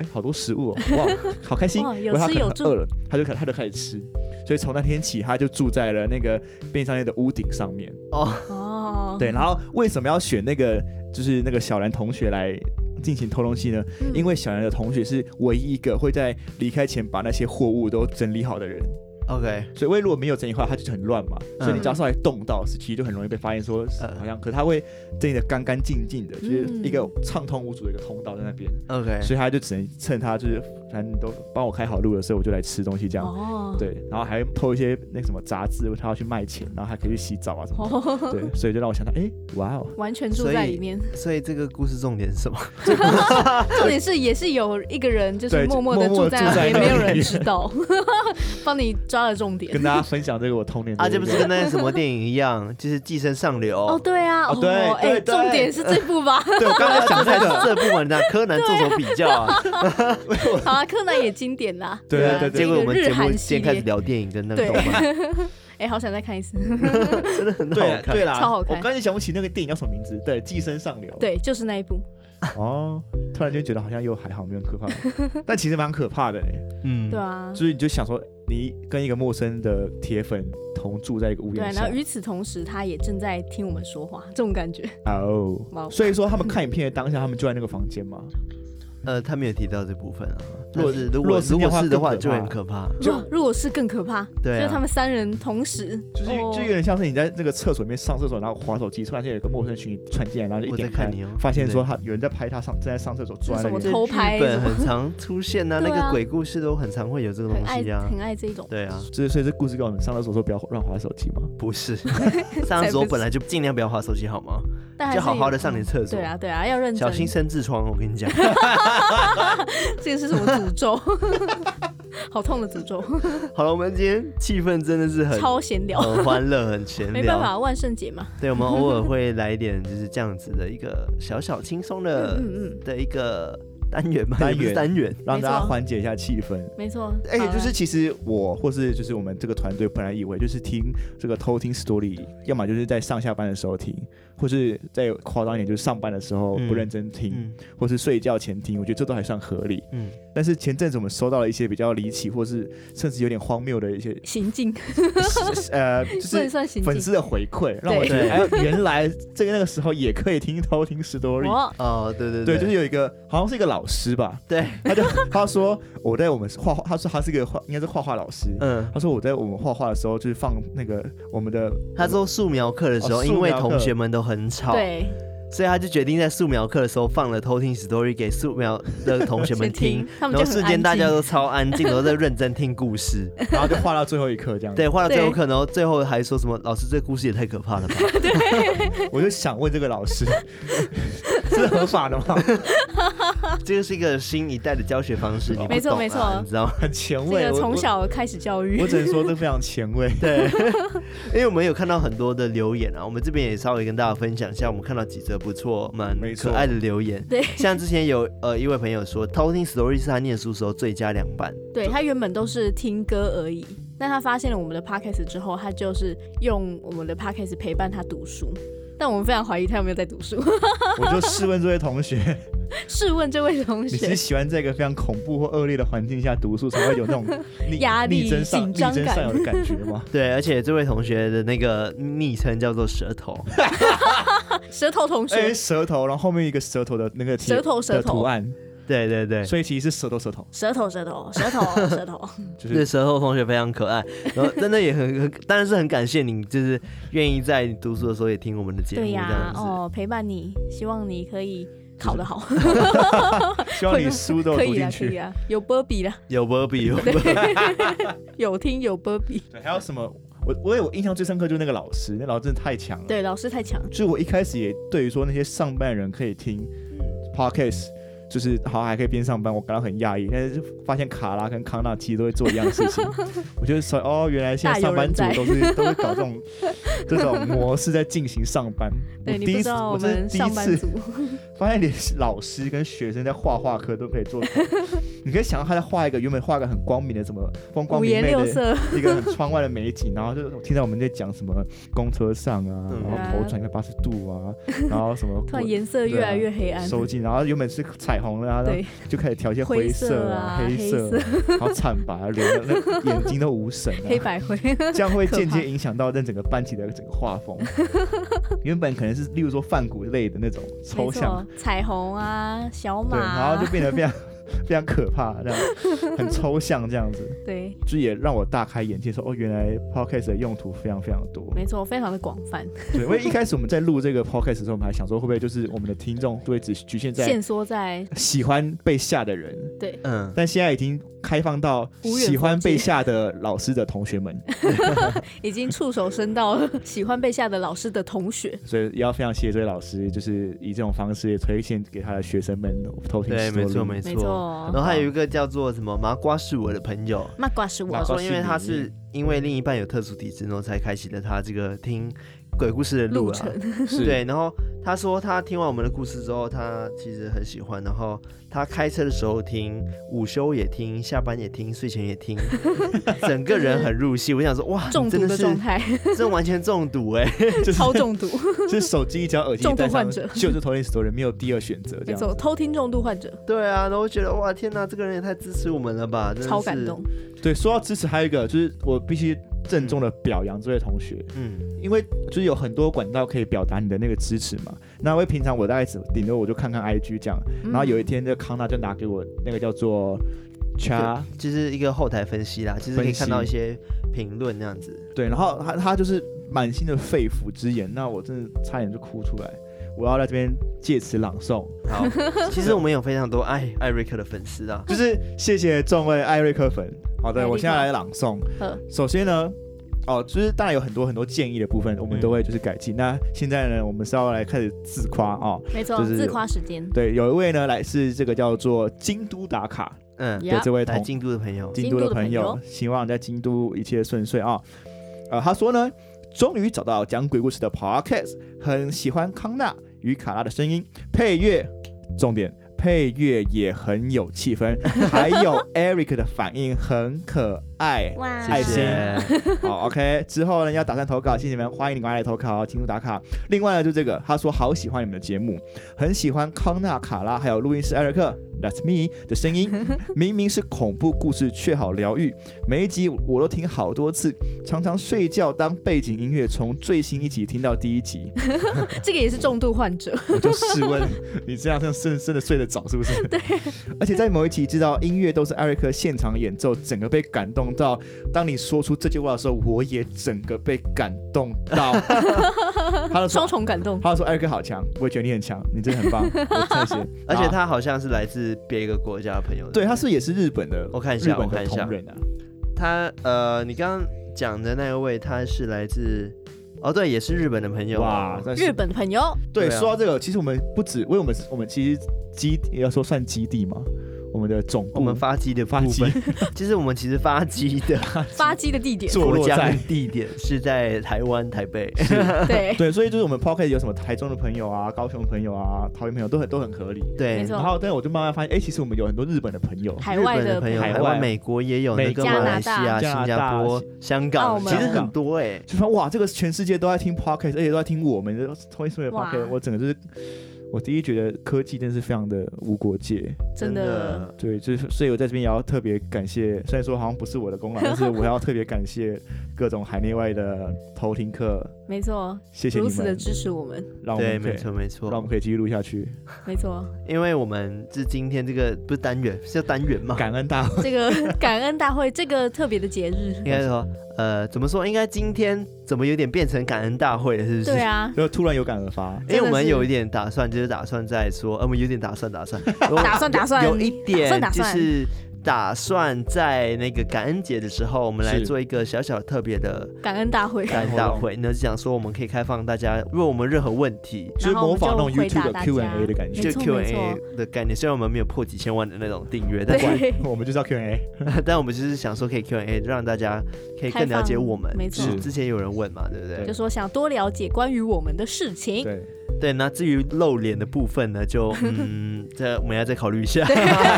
Speaker 3: 哎好多食物、哦，哇，好开心，
Speaker 2: 哇有
Speaker 3: 然后他
Speaker 2: 吃
Speaker 3: 可能
Speaker 2: 有
Speaker 3: 很
Speaker 2: 住
Speaker 3: 饿了，他就开他就开始吃。所以从那天起，他就住在了那个便利商店的屋顶上面。
Speaker 1: 哦，
Speaker 2: 哦，
Speaker 3: 对，然后为什么要选那个就是那个小兰同学来进行偷东西呢？
Speaker 2: 嗯
Speaker 3: 因为小兰的同学是唯一一个会在离开前把那些货物都整理好的人，
Speaker 1: ，OK，
Speaker 3: 所以因为如果没有整理好，他就很乱嘛。所以你只要
Speaker 2: 嗯
Speaker 3: 稍微动到，是其实就很容易被发现说是
Speaker 1: 嗯
Speaker 3: 好像，可是他会整理的干干净净的，就是
Speaker 2: 嗯
Speaker 3: 一个畅通无阻的一个通道在那边，
Speaker 1: OK，
Speaker 3: 所以他就只能趁他就是反正你都帮我开好路的时候，我就来吃东西这样。
Speaker 2: 哦，
Speaker 3: 对，然后还偷一些那个什么杂志，他要去卖钱，然后还可以去洗澡啊什么的。
Speaker 2: 哦， *laughs*
Speaker 3: 对，所以就让我想到，哎，哇哦，
Speaker 2: 完全住
Speaker 1: 所以
Speaker 2: 在里面。
Speaker 1: 所以这个故事重点是什么？
Speaker 2: 重点是也是有一个人就是
Speaker 3: 对
Speaker 2: 默默的
Speaker 3: 默
Speaker 2: 住
Speaker 3: 默地
Speaker 2: 在
Speaker 3: 住
Speaker 2: 那
Speaker 3: 在
Speaker 2: 边，没有人
Speaker 3: 那
Speaker 2: 知道， *laughs* 帮你抓了重点
Speaker 3: *laughs* 跟。大家分享这个我童年的
Speaker 1: 啊，
Speaker 3: 一
Speaker 1: 这
Speaker 3: 个
Speaker 1: 不是跟那个什么电影一样，就是《寄生上流》
Speaker 2: *laughs* 哦，对啊，
Speaker 3: 哦对
Speaker 2: 哦哎、
Speaker 3: 对对
Speaker 2: 重点是这部
Speaker 3: *laughs*
Speaker 2: 吧？
Speaker 3: 对我刚才想这
Speaker 1: 才是
Speaker 3: 个，
Speaker 1: 这部分的柯南做什么比较啊？
Speaker 2: 好啊，柯南也经典啦。
Speaker 3: 对
Speaker 1: 啊
Speaker 3: 对对对
Speaker 1: 结果我们节
Speaker 2: 日
Speaker 1: 目
Speaker 2: 韩
Speaker 1: 先
Speaker 2: 系
Speaker 1: 开始
Speaker 2: 列，
Speaker 1: 聊电影跟那个
Speaker 2: 对
Speaker 1: 动漫，
Speaker 2: 哎、好想再看一次。 *laughs*
Speaker 1: 真的很好
Speaker 3: 对啊 *laughs*
Speaker 1: 看。
Speaker 3: 对啦，
Speaker 2: 超好
Speaker 3: 我
Speaker 2: 看
Speaker 3: 刚才想不起那个电影叫什么名字，对，《寄生上流》。
Speaker 2: 对，就是那一部。
Speaker 3: 哦，突然间觉得好像又还好，没有很可 *laughs* 怕，但其实蛮可怕的欸，
Speaker 1: 嗯
Speaker 2: 对啊，
Speaker 3: 就是你就想说，你跟一个陌生的铁粉同住在一个屋
Speaker 2: 对啊然
Speaker 3: 檐下
Speaker 2: 后，与此同时，他也正在听我们说话，这种感觉。
Speaker 3: *laughs*
Speaker 2: 哇
Speaker 3: 哦
Speaker 2: 哦，
Speaker 3: 所以说他们看影片的当下，他们就在那个房间 *laughs* 嘛，
Speaker 1: 呃，他没有提到这部分啊。
Speaker 3: 如果
Speaker 1: 但是如
Speaker 3: 如
Speaker 1: 果
Speaker 3: 果是
Speaker 1: 如
Speaker 3: 那
Speaker 1: 果
Speaker 3: 样
Speaker 1: 是的话，
Speaker 3: 更可
Speaker 1: 就
Speaker 3: 怕
Speaker 1: 很可怕。
Speaker 3: 就
Speaker 2: 哇如果是更可怕，
Speaker 1: 对
Speaker 2: 就是他
Speaker 1: 啊，
Speaker 2: 们三人同时，
Speaker 3: 就是
Speaker 2: 哦
Speaker 3: 就有点像是你在那个厕所里面上厕所，然后划手机，突然间有一个陌生群窜进来，然后就一
Speaker 1: 我在
Speaker 3: 点
Speaker 1: 看
Speaker 3: 开
Speaker 1: 你哦，
Speaker 3: 发现说他有人在拍他上正在上厕所，坐在那
Speaker 2: 这是
Speaker 3: 边
Speaker 2: 什么偷拍
Speaker 1: 日
Speaker 2: 什
Speaker 1: 本
Speaker 2: 么
Speaker 1: 很 *laughs* 常出现啊，那
Speaker 2: 对啊
Speaker 1: 个鬼故事都很常会有这个
Speaker 2: 很
Speaker 1: 东
Speaker 2: 爱
Speaker 1: 西啊。
Speaker 2: 很爱这种。
Speaker 1: 对啊，
Speaker 3: 这所以这故事告诉我们，上厕所的时候不要乱划手机嘛。
Speaker 1: 不
Speaker 2: *laughs*
Speaker 1: 是，上厕所本来就尽量不要划手机好吗？
Speaker 2: 但还是
Speaker 1: 就好好的
Speaker 2: 有
Speaker 1: 上你的厕所
Speaker 2: 对啊，对啊，要认真。
Speaker 1: 小心生痔疮，我跟你讲。 *laughs*
Speaker 2: 这个是什么诅咒？ *laughs* 好痛的诅
Speaker 3: *laughs*
Speaker 2: 咒，
Speaker 1: 好了，我们今天气氛真的是很
Speaker 2: 超闲聊，
Speaker 1: 很欢乐，很闲
Speaker 2: 没办
Speaker 1: 聊。
Speaker 2: 法，万圣节嘛。
Speaker 1: 对，我们偶尔会来一点就是这样子的一个小小轻松的
Speaker 2: 嗯嗯嗯，
Speaker 1: 的一个单元吧，
Speaker 3: 单元
Speaker 1: 也不是单元。
Speaker 3: 让大
Speaker 2: 没
Speaker 3: 家
Speaker 2: 错
Speaker 3: 缓解一下气氛。
Speaker 2: 没错。
Speaker 3: 哎、
Speaker 2: 好啦啊
Speaker 3: 就是其实我或是就是我们这个团队本来以为就是听这个偷听 story，要么就是在上下班的时候听，或是再夸张一点就是上班的时候
Speaker 1: 嗯
Speaker 3: 不认真听，
Speaker 1: 嗯
Speaker 3: 或是睡觉前听，我觉得这都还算合理。
Speaker 1: 嗯，
Speaker 3: 但是前阵子我们收到了一些比较离奇或是甚至有点荒谬的
Speaker 1: *laughs*
Speaker 3: 一些
Speaker 2: 行径，
Speaker 3: 呃，
Speaker 2: *laughs*
Speaker 3: 就是
Speaker 2: 算算行
Speaker 3: 粉
Speaker 2: 径。
Speaker 3: 丝的回馈，让我觉得
Speaker 1: 对
Speaker 3: 哎，原来这个那个时候也可以听偷听 story。
Speaker 2: 哦，
Speaker 1: 哦，对对
Speaker 3: 对，就是有一个好像是一个老师吧，
Speaker 1: 对，
Speaker 3: 他就他说我在我们画画，他说他是一个画，应该是画画老师。
Speaker 1: 嗯，
Speaker 3: 他说我在我们画画的时候，就是放那个我
Speaker 1: *laughs*
Speaker 3: 们的
Speaker 1: 他说素描课的时
Speaker 3: 哦
Speaker 1: 候，
Speaker 3: 素描
Speaker 1: 因为
Speaker 3: 课
Speaker 1: 同学们都很吵，
Speaker 2: 对，
Speaker 1: 所以他就决定在素描课的时候放了偷听 story 给素描的同学们
Speaker 2: *laughs*
Speaker 1: 听，
Speaker 2: 先，他
Speaker 1: 然
Speaker 2: 们就
Speaker 1: 后
Speaker 2: 很
Speaker 1: 瞬
Speaker 2: 安
Speaker 1: 间
Speaker 2: 静。
Speaker 1: 大家都超安静，然后在认真听故
Speaker 3: *laughs*
Speaker 1: 事。
Speaker 3: 然后就画到最后一刻这样。，
Speaker 1: 对，画到最后
Speaker 2: 对
Speaker 1: 可能最后还说什么老师这故事也太可怕了吧？
Speaker 3: *laughs* *laughs* 我就想问这个老师，这合法的吗？
Speaker 1: 这个是一个新一代的教学方式，你不
Speaker 2: 没错
Speaker 1: 懂啊
Speaker 2: 没错
Speaker 1: 你知道吗？
Speaker 3: *laughs* 很前
Speaker 2: 这
Speaker 3: 卫。
Speaker 2: 个
Speaker 3: 我
Speaker 2: 从小开始教
Speaker 3: 我，我
Speaker 2: 育，
Speaker 3: 只能说这非常前卫。
Speaker 1: 对，因为我们有看到很多的留言啊，我们这边也稍微跟大家分享一下，我们看到几则不错、蛮
Speaker 3: 没错
Speaker 1: 可爱的留言。
Speaker 2: 对
Speaker 1: 像之前有呃一位朋友说，偷听 story 是他念书时候最佳良伴，
Speaker 2: *laughs* 对他原本都是听歌而已，但他发现了我们的 podcast 之后，他就是用我们的 podcast 陪伴他读书。但我们非常怀疑他有没有在读书。 *laughs*
Speaker 3: 我就试问这位
Speaker 1: *laughs*
Speaker 3: 同学，
Speaker 2: 试问这位同
Speaker 3: 你是
Speaker 2: 学，
Speaker 3: 喜欢在一个非常恐怖或恶劣的环境下读书，才会有
Speaker 2: *laughs*
Speaker 3: 那种逆
Speaker 2: 压力
Speaker 3: 逆增上
Speaker 2: 紧
Speaker 3: 逆
Speaker 2: 张
Speaker 3: 增
Speaker 2: 感
Speaker 3: 上游的感觉
Speaker 2: *laughs*
Speaker 3: 吗？
Speaker 1: 对，而且这位同学的那个昵称叫做舌
Speaker 3: *laughs*
Speaker 1: 头，
Speaker 2: 舌头同
Speaker 3: 哎、
Speaker 2: 学，
Speaker 3: 舌头，然后后面一个舌头的那个贴
Speaker 2: 舌头舌
Speaker 3: 的图
Speaker 2: 头，
Speaker 3: 案，
Speaker 1: 对对对，
Speaker 3: 所以其实是舌头舌头，
Speaker 2: 舌头舌头舌头舌头，
Speaker 3: 就
Speaker 1: 对
Speaker 3: 是
Speaker 1: 舌头同学非常可爱，然后真的也很很，当然是很感谢你，就是愿意在你读书的时候也听我们的节目
Speaker 2: 对
Speaker 1: 这
Speaker 2: 呀
Speaker 1: 样，子。
Speaker 2: 哦，陪伴你，希望你可以考得好，*laughs*
Speaker 3: 希望你书都有
Speaker 2: 可
Speaker 3: 读
Speaker 2: 以啦
Speaker 3: 进
Speaker 2: 可以
Speaker 3: 去。
Speaker 2: 啦，有波比啦，
Speaker 1: 有波比，有 Burby
Speaker 2: 有听有波比，
Speaker 3: 对，还有什么？我我有印象最深刻就是那个老师，那老师真的太强了。
Speaker 2: *laughs* 对，老师太强了，
Speaker 3: 就是我一开始也对于说那些上班人可以听 podcast，就是好还可以边上班，我感到很讶异。但是发现卡拉跟康纳其实都会做一样
Speaker 2: *laughs*
Speaker 3: 的事情，我觉得说哦，原来现在上班族
Speaker 2: 大有
Speaker 3: 都是都会搞这
Speaker 2: *laughs*
Speaker 3: 种这种模式在进行上班。
Speaker 2: 对
Speaker 3: 我
Speaker 2: 你
Speaker 3: 第
Speaker 2: 不
Speaker 3: 一
Speaker 2: 知
Speaker 3: 次，
Speaker 2: 道
Speaker 3: 我这
Speaker 2: 们
Speaker 3: 是第
Speaker 2: 上
Speaker 3: 一
Speaker 2: 班
Speaker 3: 次
Speaker 2: 族
Speaker 3: 发现连老师跟学生在画画课都可以做同。你可以想象他在画一个原本画一个很光明的什么风 *laughs* 光
Speaker 2: 五
Speaker 3: 明
Speaker 2: 颜
Speaker 3: 媚的
Speaker 2: 六
Speaker 3: *laughs*
Speaker 2: 色，
Speaker 3: 一个很窗外的美景，然后就是听到我们在讲什么公车上啊，
Speaker 1: 嗯
Speaker 3: 然后头转一百八十度啊，然后什
Speaker 2: *laughs*
Speaker 3: 么
Speaker 2: 突然颜色
Speaker 3: 啊
Speaker 2: 越来越黑暗，
Speaker 3: 收进，然后原本是彩虹的啊，然后
Speaker 2: 对，
Speaker 3: 就开始调一些
Speaker 2: 灰
Speaker 3: 色啊、
Speaker 2: 色啊
Speaker 3: 黑
Speaker 2: 黑
Speaker 3: 啊，然后惨白啊，脸那眼睛都无神
Speaker 2: *laughs* *laughs* 黑
Speaker 3: 啊。
Speaker 2: 白
Speaker 3: *laughs*
Speaker 2: 灰，
Speaker 3: 这样会
Speaker 2: 可怕
Speaker 3: 间接影响到那整个班级的整个画风。原本可能是例如说泛谷类的那种抽
Speaker 2: 没错，
Speaker 3: 象，
Speaker 2: 彩虹啊，小马
Speaker 3: 对，然后
Speaker 2: 啊
Speaker 3: 就，变得非常 *laughs* 非常可怕，这样很抽象这样子。
Speaker 2: 对，
Speaker 3: 就也让我大开眼界，说哦，原来 podcast 的用途非常非常多。
Speaker 2: 没错，非常的广泛， *laughs*
Speaker 3: 对，因为一开始我们在录这个 podcast 的时候，我们还想说会不会就是我们的听众都会只局限在
Speaker 2: 限缩在
Speaker 3: 喜欢被吓的人，
Speaker 1: 嗯，
Speaker 3: 但现在已经开放到
Speaker 2: 无远
Speaker 3: 喜欢
Speaker 2: 弗届
Speaker 3: 被吓的老师的同
Speaker 2: *laughs*
Speaker 3: 学们，
Speaker 2: 已经触手伸到 *laughs* 了喜欢被吓的老师的同学，
Speaker 3: 所以也要非常谢谢这位老师，就是以这种方式推荐给他的学生们偷听
Speaker 1: 对，
Speaker 3: 史多
Speaker 1: 没
Speaker 3: 利
Speaker 1: 错没
Speaker 2: 没
Speaker 1: 错。
Speaker 2: 错哦
Speaker 1: 然。后还有一个叫做什么麻瓜是我的朋友，
Speaker 2: 麻瓜是我
Speaker 3: 麻
Speaker 1: 他
Speaker 3: 瓜
Speaker 1: 说因为他
Speaker 3: 是
Speaker 1: 是因为另一半有特殊体质，然后才开启了他这个听鬼故事的路
Speaker 2: 路
Speaker 1: 啊。
Speaker 2: 程，
Speaker 3: *laughs* 是
Speaker 1: 对，然后他说他听完我们的故事之后，他其实很喜欢。然后他开车的时候听，午休也听，下班也听，睡前也
Speaker 2: *laughs*
Speaker 1: 听，整个人很入戏。我想说，哇，
Speaker 2: 中
Speaker 1: 你
Speaker 2: 毒
Speaker 1: 真
Speaker 2: 的
Speaker 1: 是
Speaker 2: 状态，
Speaker 1: *laughs* 这完全中毒 *laughs* 哎、
Speaker 3: *laughs* 就是
Speaker 2: 超中毒，
Speaker 3: 就是手机一只耳机
Speaker 2: 重度
Speaker 3: 戴上
Speaker 2: 患者，
Speaker 3: 就是偷听史多利，没有第二选择，这
Speaker 2: 没
Speaker 3: 样
Speaker 2: 错，
Speaker 3: 子。
Speaker 2: 偷听重度患者，
Speaker 1: 对啊，然后我觉得哇，天哪，这个人也太支持我们了吧，真的
Speaker 2: 超感
Speaker 1: 是
Speaker 2: 动。。
Speaker 3: 对，说到支持，还有一个就是我必须郑重的表扬这位同学，
Speaker 1: 嗯，
Speaker 3: 因为就是有很多管道可以表达你的那个支持嘛。那因为平常我大概只顶多我就看看 IG 这样，
Speaker 2: 嗯
Speaker 3: 然后有一天这康纳就拿给我那个叫做 Cha，
Speaker 1: 就是一个后台分析啦，其实可以看到一些评论那样子。
Speaker 3: 对，然后他他就是满心的肺腑之言，那我真的差点就哭出来。我要在这边借此朗
Speaker 2: *laughs*
Speaker 3: 诵，
Speaker 1: 好，其实我们有非常多爱艾瑞克的粉丝啊，
Speaker 3: 就是谢谢众位艾瑞克粉。好
Speaker 2: 艾
Speaker 3: 的，
Speaker 2: 瑞克
Speaker 3: 我现在来朗诵
Speaker 2: 呵。
Speaker 3: 首先呢。哦，就是当然有很多很多建议的部分，我们都会就是改进。那现在呢，我们是要来开始自夸哦。
Speaker 2: 没错，
Speaker 3: 就是
Speaker 2: 自夸时间，
Speaker 3: 对，有一位呢来是这个叫做京都打卡，
Speaker 1: 嗯，
Speaker 2: Yeah
Speaker 3: 对这位
Speaker 1: 来
Speaker 3: 同
Speaker 1: 京都的朋友，
Speaker 3: 京都的朋
Speaker 2: 京都的
Speaker 3: 友，希望在京都一切顺遂啊、呃，他说呢，终于找到讲鬼故事的 podcast，很喜欢康纳与卡拉的声音，配乐重点。配乐也很有气氛，还有 Eric 的反应很可爱。
Speaker 2: 哇
Speaker 3: 爱
Speaker 1: 谢
Speaker 3: 心
Speaker 1: 谢，
Speaker 3: *laughs* 好，OK，之后呢要打算投稿，谢谢你们，欢迎你们来投稿，进入打卡。另外呢，就这个，他说好喜欢你们的节目，很喜欢康纳、卡拉还有录音师艾瑞克，That's me 的声音，明明是恐怖故事，却好疗愈。每一集我都听好多次，常常睡觉当背景音乐，从最新一集听到第一集，
Speaker 2: 这个也是重度患者，
Speaker 3: 我就试问你这样这样深深的睡得早是不是？对。而且在某一集知道音乐都是艾瑞克现场演奏，整个被感动到。当你说出这句话的时候，我也整个被感动到。他
Speaker 2: 双
Speaker 3: 就说。
Speaker 2: 重感动。
Speaker 3: 他就说：“艾瑞克好强，我也觉得你很强，你真的很棒，我真的是。
Speaker 1: *laughs* 而且
Speaker 3: 啊
Speaker 1: 他好像是来自别一个国家的朋友，
Speaker 3: 对，他是不是也是日本的？
Speaker 1: 我看一
Speaker 3: 日
Speaker 1: 下，我
Speaker 3: 本的
Speaker 1: 看一下
Speaker 3: 同，人啊，
Speaker 1: 他呃，你刚刚讲的那一位，他是来自哦，对，也是日本的朋友
Speaker 3: 哇
Speaker 1: 啊，，
Speaker 3: 但
Speaker 2: 日
Speaker 3: 是
Speaker 2: 本朋友
Speaker 3: 对，
Speaker 1: 对啊
Speaker 3: 说到这个，其实我们不止，因为我们是我们其实基要说算基地嘛，我们的总部
Speaker 1: 我们发机的部
Speaker 3: 发
Speaker 1: 分
Speaker 3: 基
Speaker 1: 就是我们 *laughs* 其实发机
Speaker 3: *laughs*
Speaker 1: 的
Speaker 2: 发机的地点，
Speaker 3: 坐
Speaker 1: 国
Speaker 3: 落
Speaker 1: 家
Speaker 3: 在
Speaker 1: 跟地点是在台湾台北，
Speaker 2: 对，
Speaker 3: *laughs* 对，所以就是我们 p o c k e t 有什么台中的朋友啊、高雄的朋友啊、桃园朋友都很都很合理。
Speaker 1: 对
Speaker 2: 没，错
Speaker 3: 然后，但我就慢慢发现，哎、其实我们有很多日本的朋友，
Speaker 2: 海
Speaker 1: 日
Speaker 2: 外
Speaker 1: 本的
Speaker 2: 的
Speaker 1: 朋友，
Speaker 3: 海
Speaker 1: 台
Speaker 3: 外
Speaker 1: 湾、美国也有，那个
Speaker 2: 美
Speaker 1: 马来西亚、
Speaker 3: 加
Speaker 1: 新
Speaker 3: 拿大
Speaker 1: 加坡、香
Speaker 2: 澳
Speaker 1: 港，
Speaker 2: 门
Speaker 1: 其实很多哎。
Speaker 3: 就发现哇，这个全世界都在听 podcast，而且都在听我们的同一所有
Speaker 2: 哇
Speaker 3: podcast，我整个就是，我第一觉得科技真是非常的无国界，
Speaker 2: 真的，
Speaker 3: 对，就是所以我在这边也要特别感谢，虽然说好像不是我的功劳，但是我要特别感谢各种海内外的偷听客，
Speaker 2: 没错，
Speaker 3: 谢谢
Speaker 2: 如
Speaker 3: 你
Speaker 2: 此的
Speaker 3: 们，
Speaker 2: 支持我们，
Speaker 3: 让我
Speaker 1: 对，
Speaker 3: 们可
Speaker 1: 没
Speaker 3: 以
Speaker 1: 错没
Speaker 3: 让我
Speaker 1: 错
Speaker 3: 们，可以继续录下去，
Speaker 2: 没错， *laughs*
Speaker 1: 因为我们是今天这个不是单元，是叫单元嘛？
Speaker 3: 感恩大会，
Speaker 2: 这
Speaker 3: *laughs*
Speaker 2: 个感恩大会这个特别的节日，
Speaker 1: 应该说，呃，怎么说？应该今天怎么有点变成感恩大会了，是不是？
Speaker 2: 对啊，
Speaker 3: 就 *laughs* 突然有感
Speaker 2: *laughs*
Speaker 3: 而发，
Speaker 1: 因为我
Speaker 2: 真的
Speaker 1: 们
Speaker 2: 是
Speaker 1: 有一点打算，就是打算在说，呃，我们有点打算，打算，
Speaker 2: *laughs* 打算打算
Speaker 1: 有有一点
Speaker 2: 打算打
Speaker 1: 就
Speaker 2: 算
Speaker 1: 是打算在那个感恩节的时候，我们来
Speaker 3: 是
Speaker 1: 做一个小小特别的
Speaker 2: 感恩大会，
Speaker 1: 感恩大会，那就讲说我们可以开放大家问我们任何问题，
Speaker 3: 就是模
Speaker 2: 然
Speaker 3: 仿那种
Speaker 2: 后我们就
Speaker 3: YouTube
Speaker 2: 回
Speaker 3: 的
Speaker 2: 答
Speaker 3: Q&A 的
Speaker 2: 大
Speaker 3: 感
Speaker 2: 没
Speaker 3: 觉，
Speaker 1: 就
Speaker 2: 错没
Speaker 1: Q&A
Speaker 2: 错
Speaker 1: 的概念。虽然我们没有破几千万的那种订阅，但
Speaker 2: 对，
Speaker 3: 我们就是要 Q&A，
Speaker 1: *laughs* 但我们就是想说可以
Speaker 2: *laughs*
Speaker 1: Q&A，让大家可以更了解我们
Speaker 2: 开。放没错
Speaker 1: 是之前有人问嘛，对不
Speaker 2: 就
Speaker 1: 对？
Speaker 2: 说想多了解关于我们的事情，
Speaker 3: 对，
Speaker 1: 对，那至于露脸的部分呢，
Speaker 2: *laughs*
Speaker 1: 就嗯，这我们要再考虑一下，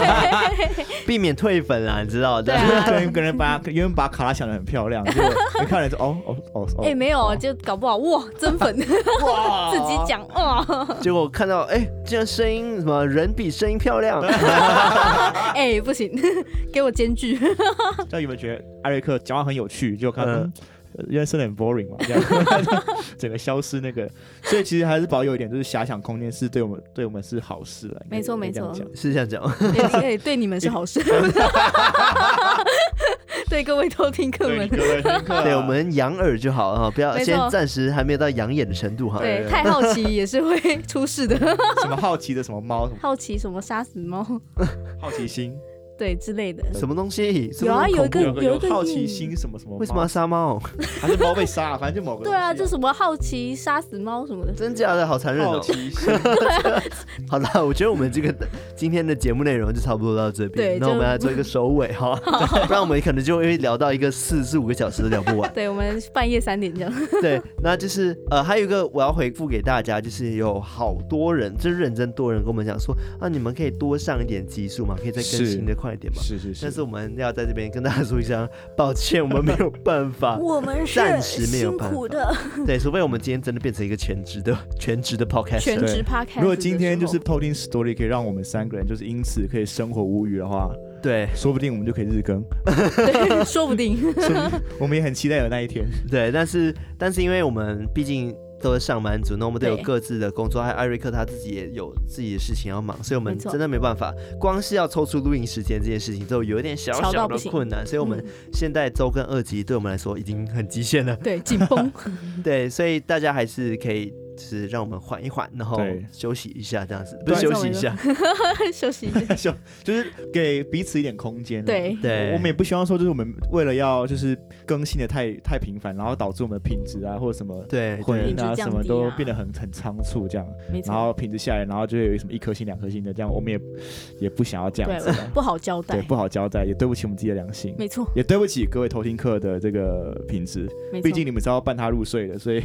Speaker 1: *laughs* 避免退粉啦，你知道
Speaker 2: 对
Speaker 3: *laughs*
Speaker 1: 的。
Speaker 2: 啊，
Speaker 3: 跟跟人把原本把卡拉想的很漂亮，结果一看人说哦哦哦哦，
Speaker 2: 哎，没有，就搞不好哇，增粉自
Speaker 3: *laughs* 哇
Speaker 2: 己讲哦
Speaker 3: *laughs*
Speaker 2: 哇，
Speaker 1: 结果看到哎，竟然声音什么人比声音漂
Speaker 2: *laughs*
Speaker 1: 亮，
Speaker 2: 哎，不行， *laughs* 给我间距，
Speaker 3: 那有没有觉得艾瑞克讲话很有趣？就看，
Speaker 1: 嗯
Speaker 3: 嗯，人生很 boring 嘛，这 *laughs* 样整个消失那个，所以其实还是保有一点就是遐想空间，是对我们对我们是好事了。应该
Speaker 2: 没错
Speaker 3: 应该
Speaker 2: 没
Speaker 3: 这样
Speaker 2: 错
Speaker 3: 讲
Speaker 1: 是这样讲。
Speaker 2: 哎，对你们是好事，
Speaker 3: 哎
Speaker 2: *laughs* 对各位偷听客
Speaker 3: 对
Speaker 2: 们
Speaker 3: 各。位听课
Speaker 1: *laughs*
Speaker 3: 啊
Speaker 1: 对，我
Speaker 3: *laughs*
Speaker 1: 们养耳就好啊，不要
Speaker 2: 没错
Speaker 1: 先暂时还没有到养眼的程度哈。
Speaker 2: 对，
Speaker 3: 对
Speaker 2: 太好奇也是会出事的，
Speaker 3: 什么好奇的什么猫，什么
Speaker 2: 好奇什么杀死猫，
Speaker 3: 好奇心，
Speaker 2: 对之类的。
Speaker 1: 什么东西？
Speaker 2: 有啊
Speaker 1: 什么
Speaker 2: 有一
Speaker 1: 恐怖
Speaker 2: 个
Speaker 3: 有个
Speaker 2: 有一
Speaker 3: 有
Speaker 2: 个
Speaker 3: 好奇心什么什么猫，
Speaker 1: 为什么要杀猫？
Speaker 3: 还是猫被杀了？反正就某个
Speaker 2: 对啊，
Speaker 3: 东
Speaker 2: 就
Speaker 3: 西
Speaker 2: 什么好奇杀死猫什么的，
Speaker 1: 真假的，好残忍
Speaker 3: 好
Speaker 1: 哦！
Speaker 3: 奇心，
Speaker 1: 好了，我觉得我们这个今天的 *laughs* 节目内容就差不多到这边
Speaker 2: 对，
Speaker 1: 那
Speaker 2: 就。
Speaker 1: 我们来做一个收尾哈，不然我们可能就会聊到一个四至五个小时都聊不完
Speaker 2: *laughs* 对我们半夜三点这样，。
Speaker 1: 对，那就是呃，还有一个我要回复给大家，就是有好多人，就是认真多人跟我们讲说啊，你们可以多上一点集数嘛，可以再更
Speaker 3: 是
Speaker 1: 新的快一点嘛。
Speaker 3: *laughs* 是是
Speaker 1: 但是
Speaker 3: 是，
Speaker 1: 我们要在这边跟大家说一声抱歉，我们没有办法
Speaker 2: *laughs* 我们
Speaker 1: 是暂时没有办法辛苦的，对，除非我们今天真的变成一个全职的全职的 podcast，
Speaker 2: *laughs* 全职
Speaker 3: 对
Speaker 2: podcast。
Speaker 3: 如果今天就是偷听 story 可以让我们三个人就是因此可以生活无语
Speaker 2: *laughs*
Speaker 3: 的话，
Speaker 1: 对
Speaker 3: 说不定我们就可以日更，
Speaker 2: 对，说不定
Speaker 3: 说不定我们也很期待有那一天。 *laughs*
Speaker 1: 对，但是但是因为我们毕竟都是上班族，那我们都有
Speaker 2: 对
Speaker 1: 各自的工作，还有艾瑞克他自己也有自己的事情要忙，所以我们
Speaker 2: 没错
Speaker 1: 真的没办法，光是要抽出录音时间这件事情都有一点小
Speaker 2: 吵
Speaker 1: 小
Speaker 2: 到
Speaker 1: 的
Speaker 2: 不行嗯
Speaker 1: 困难，所以我们现在周更二集对我们来说已经很极限了，
Speaker 2: 对紧绷，
Speaker 1: *laughs* 对，所以大家还是可以。就是让我们缓一缓，然后
Speaker 3: 对
Speaker 1: 休息一下，这样子不是
Speaker 2: 对
Speaker 1: 休息一下，
Speaker 2: *laughs* 休息一下。
Speaker 3: 就就是给彼此一点空间。啊
Speaker 2: 对，
Speaker 1: 对，
Speaker 3: 我们也不希望说，就是我们为了要就是更新的太太频繁，然后导致我们的品质啊或者什么
Speaker 1: 对
Speaker 3: 混
Speaker 1: 对
Speaker 3: 音啊
Speaker 2: 品质降
Speaker 3: 什
Speaker 2: 低啊
Speaker 3: 么都变得很很仓促这样，
Speaker 2: 没
Speaker 3: 然
Speaker 2: 错，
Speaker 3: 后品质下来，然后就会有什么一颗星两颗星的这样，我们也也不想要这样
Speaker 2: 对
Speaker 3: 子啊，
Speaker 2: 不好交
Speaker 3: 对，
Speaker 2: 代，
Speaker 3: 不好交代，也对不起我们自己的良心。
Speaker 2: 没错，
Speaker 3: 也对不起各位偷听客的这个品质，
Speaker 2: 没错。
Speaker 3: 毕竟你们是要伴他入睡
Speaker 2: *laughs*
Speaker 3: 的，所以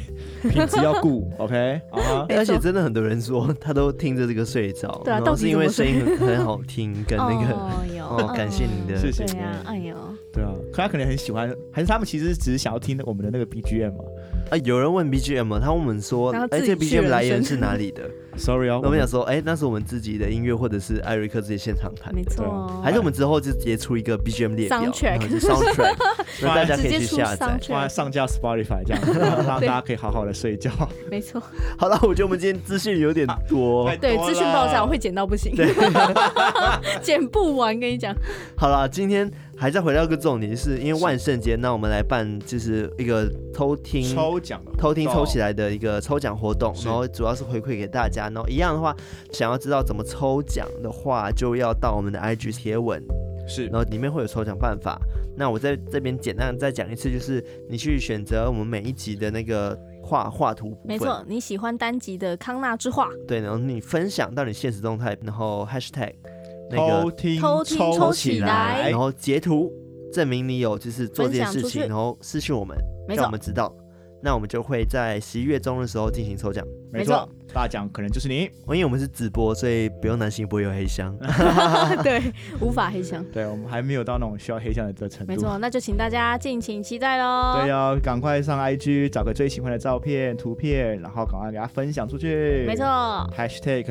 Speaker 3: 品质要顾，OK 啊哈，
Speaker 2: 没
Speaker 1: 而
Speaker 2: 错
Speaker 1: 且真的很多人说他都听着这个睡着，
Speaker 2: 对啊
Speaker 1: 然
Speaker 2: 到
Speaker 1: 后
Speaker 2: 底
Speaker 1: 是因为
Speaker 2: 怎
Speaker 1: 声
Speaker 2: 么
Speaker 1: 音很很好听，跟那个
Speaker 2: 哦哟
Speaker 1: 哦，感谢你的
Speaker 3: 谢谢
Speaker 2: 对
Speaker 3: 你
Speaker 2: 呀，哎
Speaker 3: 们，
Speaker 2: 呦，
Speaker 3: 对啊，可他可能很喜欢，还是他们其实只是想要听我们的那个 BGM 嘛
Speaker 1: 啊，有人问 BGM，嘛他问我们说，
Speaker 2: 然后
Speaker 1: 哎，
Speaker 2: 自
Speaker 1: 这
Speaker 2: 己去
Speaker 1: BGM 来源
Speaker 2: 人
Speaker 1: 是
Speaker 2: 生 *laughs*
Speaker 1: 哪里的？
Speaker 3: ，Sorry 哦，
Speaker 1: 那我们想说，哎，那是我们自己的音乐，或者是艾瑞克自己现场弹
Speaker 2: 没
Speaker 1: 的，
Speaker 3: 对
Speaker 2: 错
Speaker 3: 啊，
Speaker 1: 还是我们之后就直接出一个 BGM 列表
Speaker 2: Soundtrack
Speaker 1: 然后就 soundtrack，那
Speaker 2: *laughs*
Speaker 1: 大家可
Speaker 2: 直
Speaker 1: 以
Speaker 2: 接
Speaker 1: 去
Speaker 2: 出
Speaker 1: 下载。
Speaker 3: 放在
Speaker 2: soundtrack，
Speaker 3: 上架 Spotify 这样，
Speaker 2: *laughs*
Speaker 3: 让让大家可以好好的睡觉。
Speaker 2: 没错，
Speaker 1: 好了，我觉得我们今天资讯有点多。
Speaker 3: 啊太
Speaker 2: 对
Speaker 3: 多，
Speaker 2: 资讯
Speaker 3: 了
Speaker 2: 爆炸，我会剪到不行， *laughs* 剪不完，跟你讲，
Speaker 1: 好了，今天还是要回到一个重点，就是因为万圣节，那我们来办就是一个偷听
Speaker 3: 抽奖的活动
Speaker 1: 偷听抽起，来的一个抽奖活动，
Speaker 3: 是
Speaker 1: 然后主要是回馈给大家。然后一样的话，想要知道怎么抽奖的话，就要到我们的 IG 贴文，
Speaker 3: 是
Speaker 1: 然后里面会有抽奖办法。那我在这边简单地再讲一次，就是你去选择我们每一集的那个画画图部分。
Speaker 2: 没错，你喜欢单集的康纳之画，
Speaker 1: 对，然后你分享到你现实动态，然后 hashtag 那
Speaker 3: 偷
Speaker 1: 个
Speaker 3: 听
Speaker 2: 偷听
Speaker 3: 抽
Speaker 2: 抽
Speaker 3: 起
Speaker 2: 起
Speaker 3: 来
Speaker 2: 来
Speaker 1: 然后截图证明你有就是做这件事
Speaker 2: 分享出
Speaker 1: 情，
Speaker 2: 去
Speaker 1: 然后私信我们，
Speaker 2: 没
Speaker 1: 让
Speaker 2: 错
Speaker 1: 我，们知道。那我们就会在十一月中的时候进行抽奖，哦
Speaker 3: 没
Speaker 2: 没
Speaker 3: 错
Speaker 2: 错，
Speaker 3: 大奖可能就是你。
Speaker 1: 因为我们是直播，所以不用担心不会有黑箱。 *laughs*
Speaker 2: *laughs* 对，无法黑箱，
Speaker 3: 对我们还没有到那种需要黑箱的这程度。
Speaker 2: 没错，那就请大家敬请期待喽。
Speaker 3: 对呀、赶快上 IG 找个最喜欢的照片、图片，然后赶快给它分享出去。
Speaker 2: 没错。
Speaker 1: 啊
Speaker 2: 哎
Speaker 3: ，#hashtag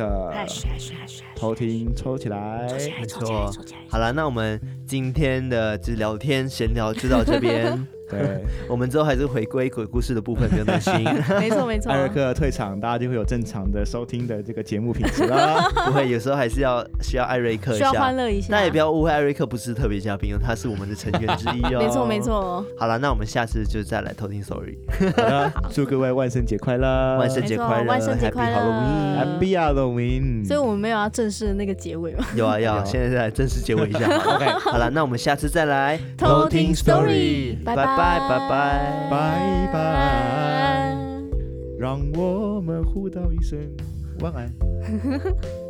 Speaker 3: 偷听抽起来。
Speaker 1: 哎没错。好了，那我们今天的就是聊天闲聊就到这边，
Speaker 3: 对，
Speaker 1: 我们之后还是回归鬼故事的部分，不用担
Speaker 2: *laughs*
Speaker 1: 心， *laughs*
Speaker 2: 没错没错
Speaker 3: 艾，瑞克退场，大家就会有正常的收听的这个节目品质啦。
Speaker 1: 不会，有时候还是要需要艾瑞克一
Speaker 2: 需要
Speaker 1: 下。
Speaker 2: 欢乐一下，
Speaker 1: 大家也不要误会，艾瑞克不是特别嘉宾哦，他是我们的成员之一哦。
Speaker 2: 没错没。错，
Speaker 1: 好了，那我们下次就再来偷听 Sorry，
Speaker 3: 好的，祝各位万圣节快乐，
Speaker 1: 万圣
Speaker 2: 没
Speaker 1: 节
Speaker 2: 错
Speaker 1: 快乐
Speaker 2: 万圣节
Speaker 1: Happy
Speaker 2: 快乐
Speaker 1: Halloween
Speaker 2: *laughs* 呃
Speaker 3: Happy Halloween。
Speaker 2: 所以我们没有要正式的那个结尾嘛。
Speaker 1: 有啊有
Speaker 3: 有
Speaker 1: 啊，现在再来正式结尾一下。
Speaker 2: *laughs*
Speaker 3: OK，
Speaker 1: 好了，那我们下次再来
Speaker 2: 偷听 story，
Speaker 1: 拜拜
Speaker 2: 拜
Speaker 1: 拜拜。
Speaker 3: 拜拜让我们互道一声晚安。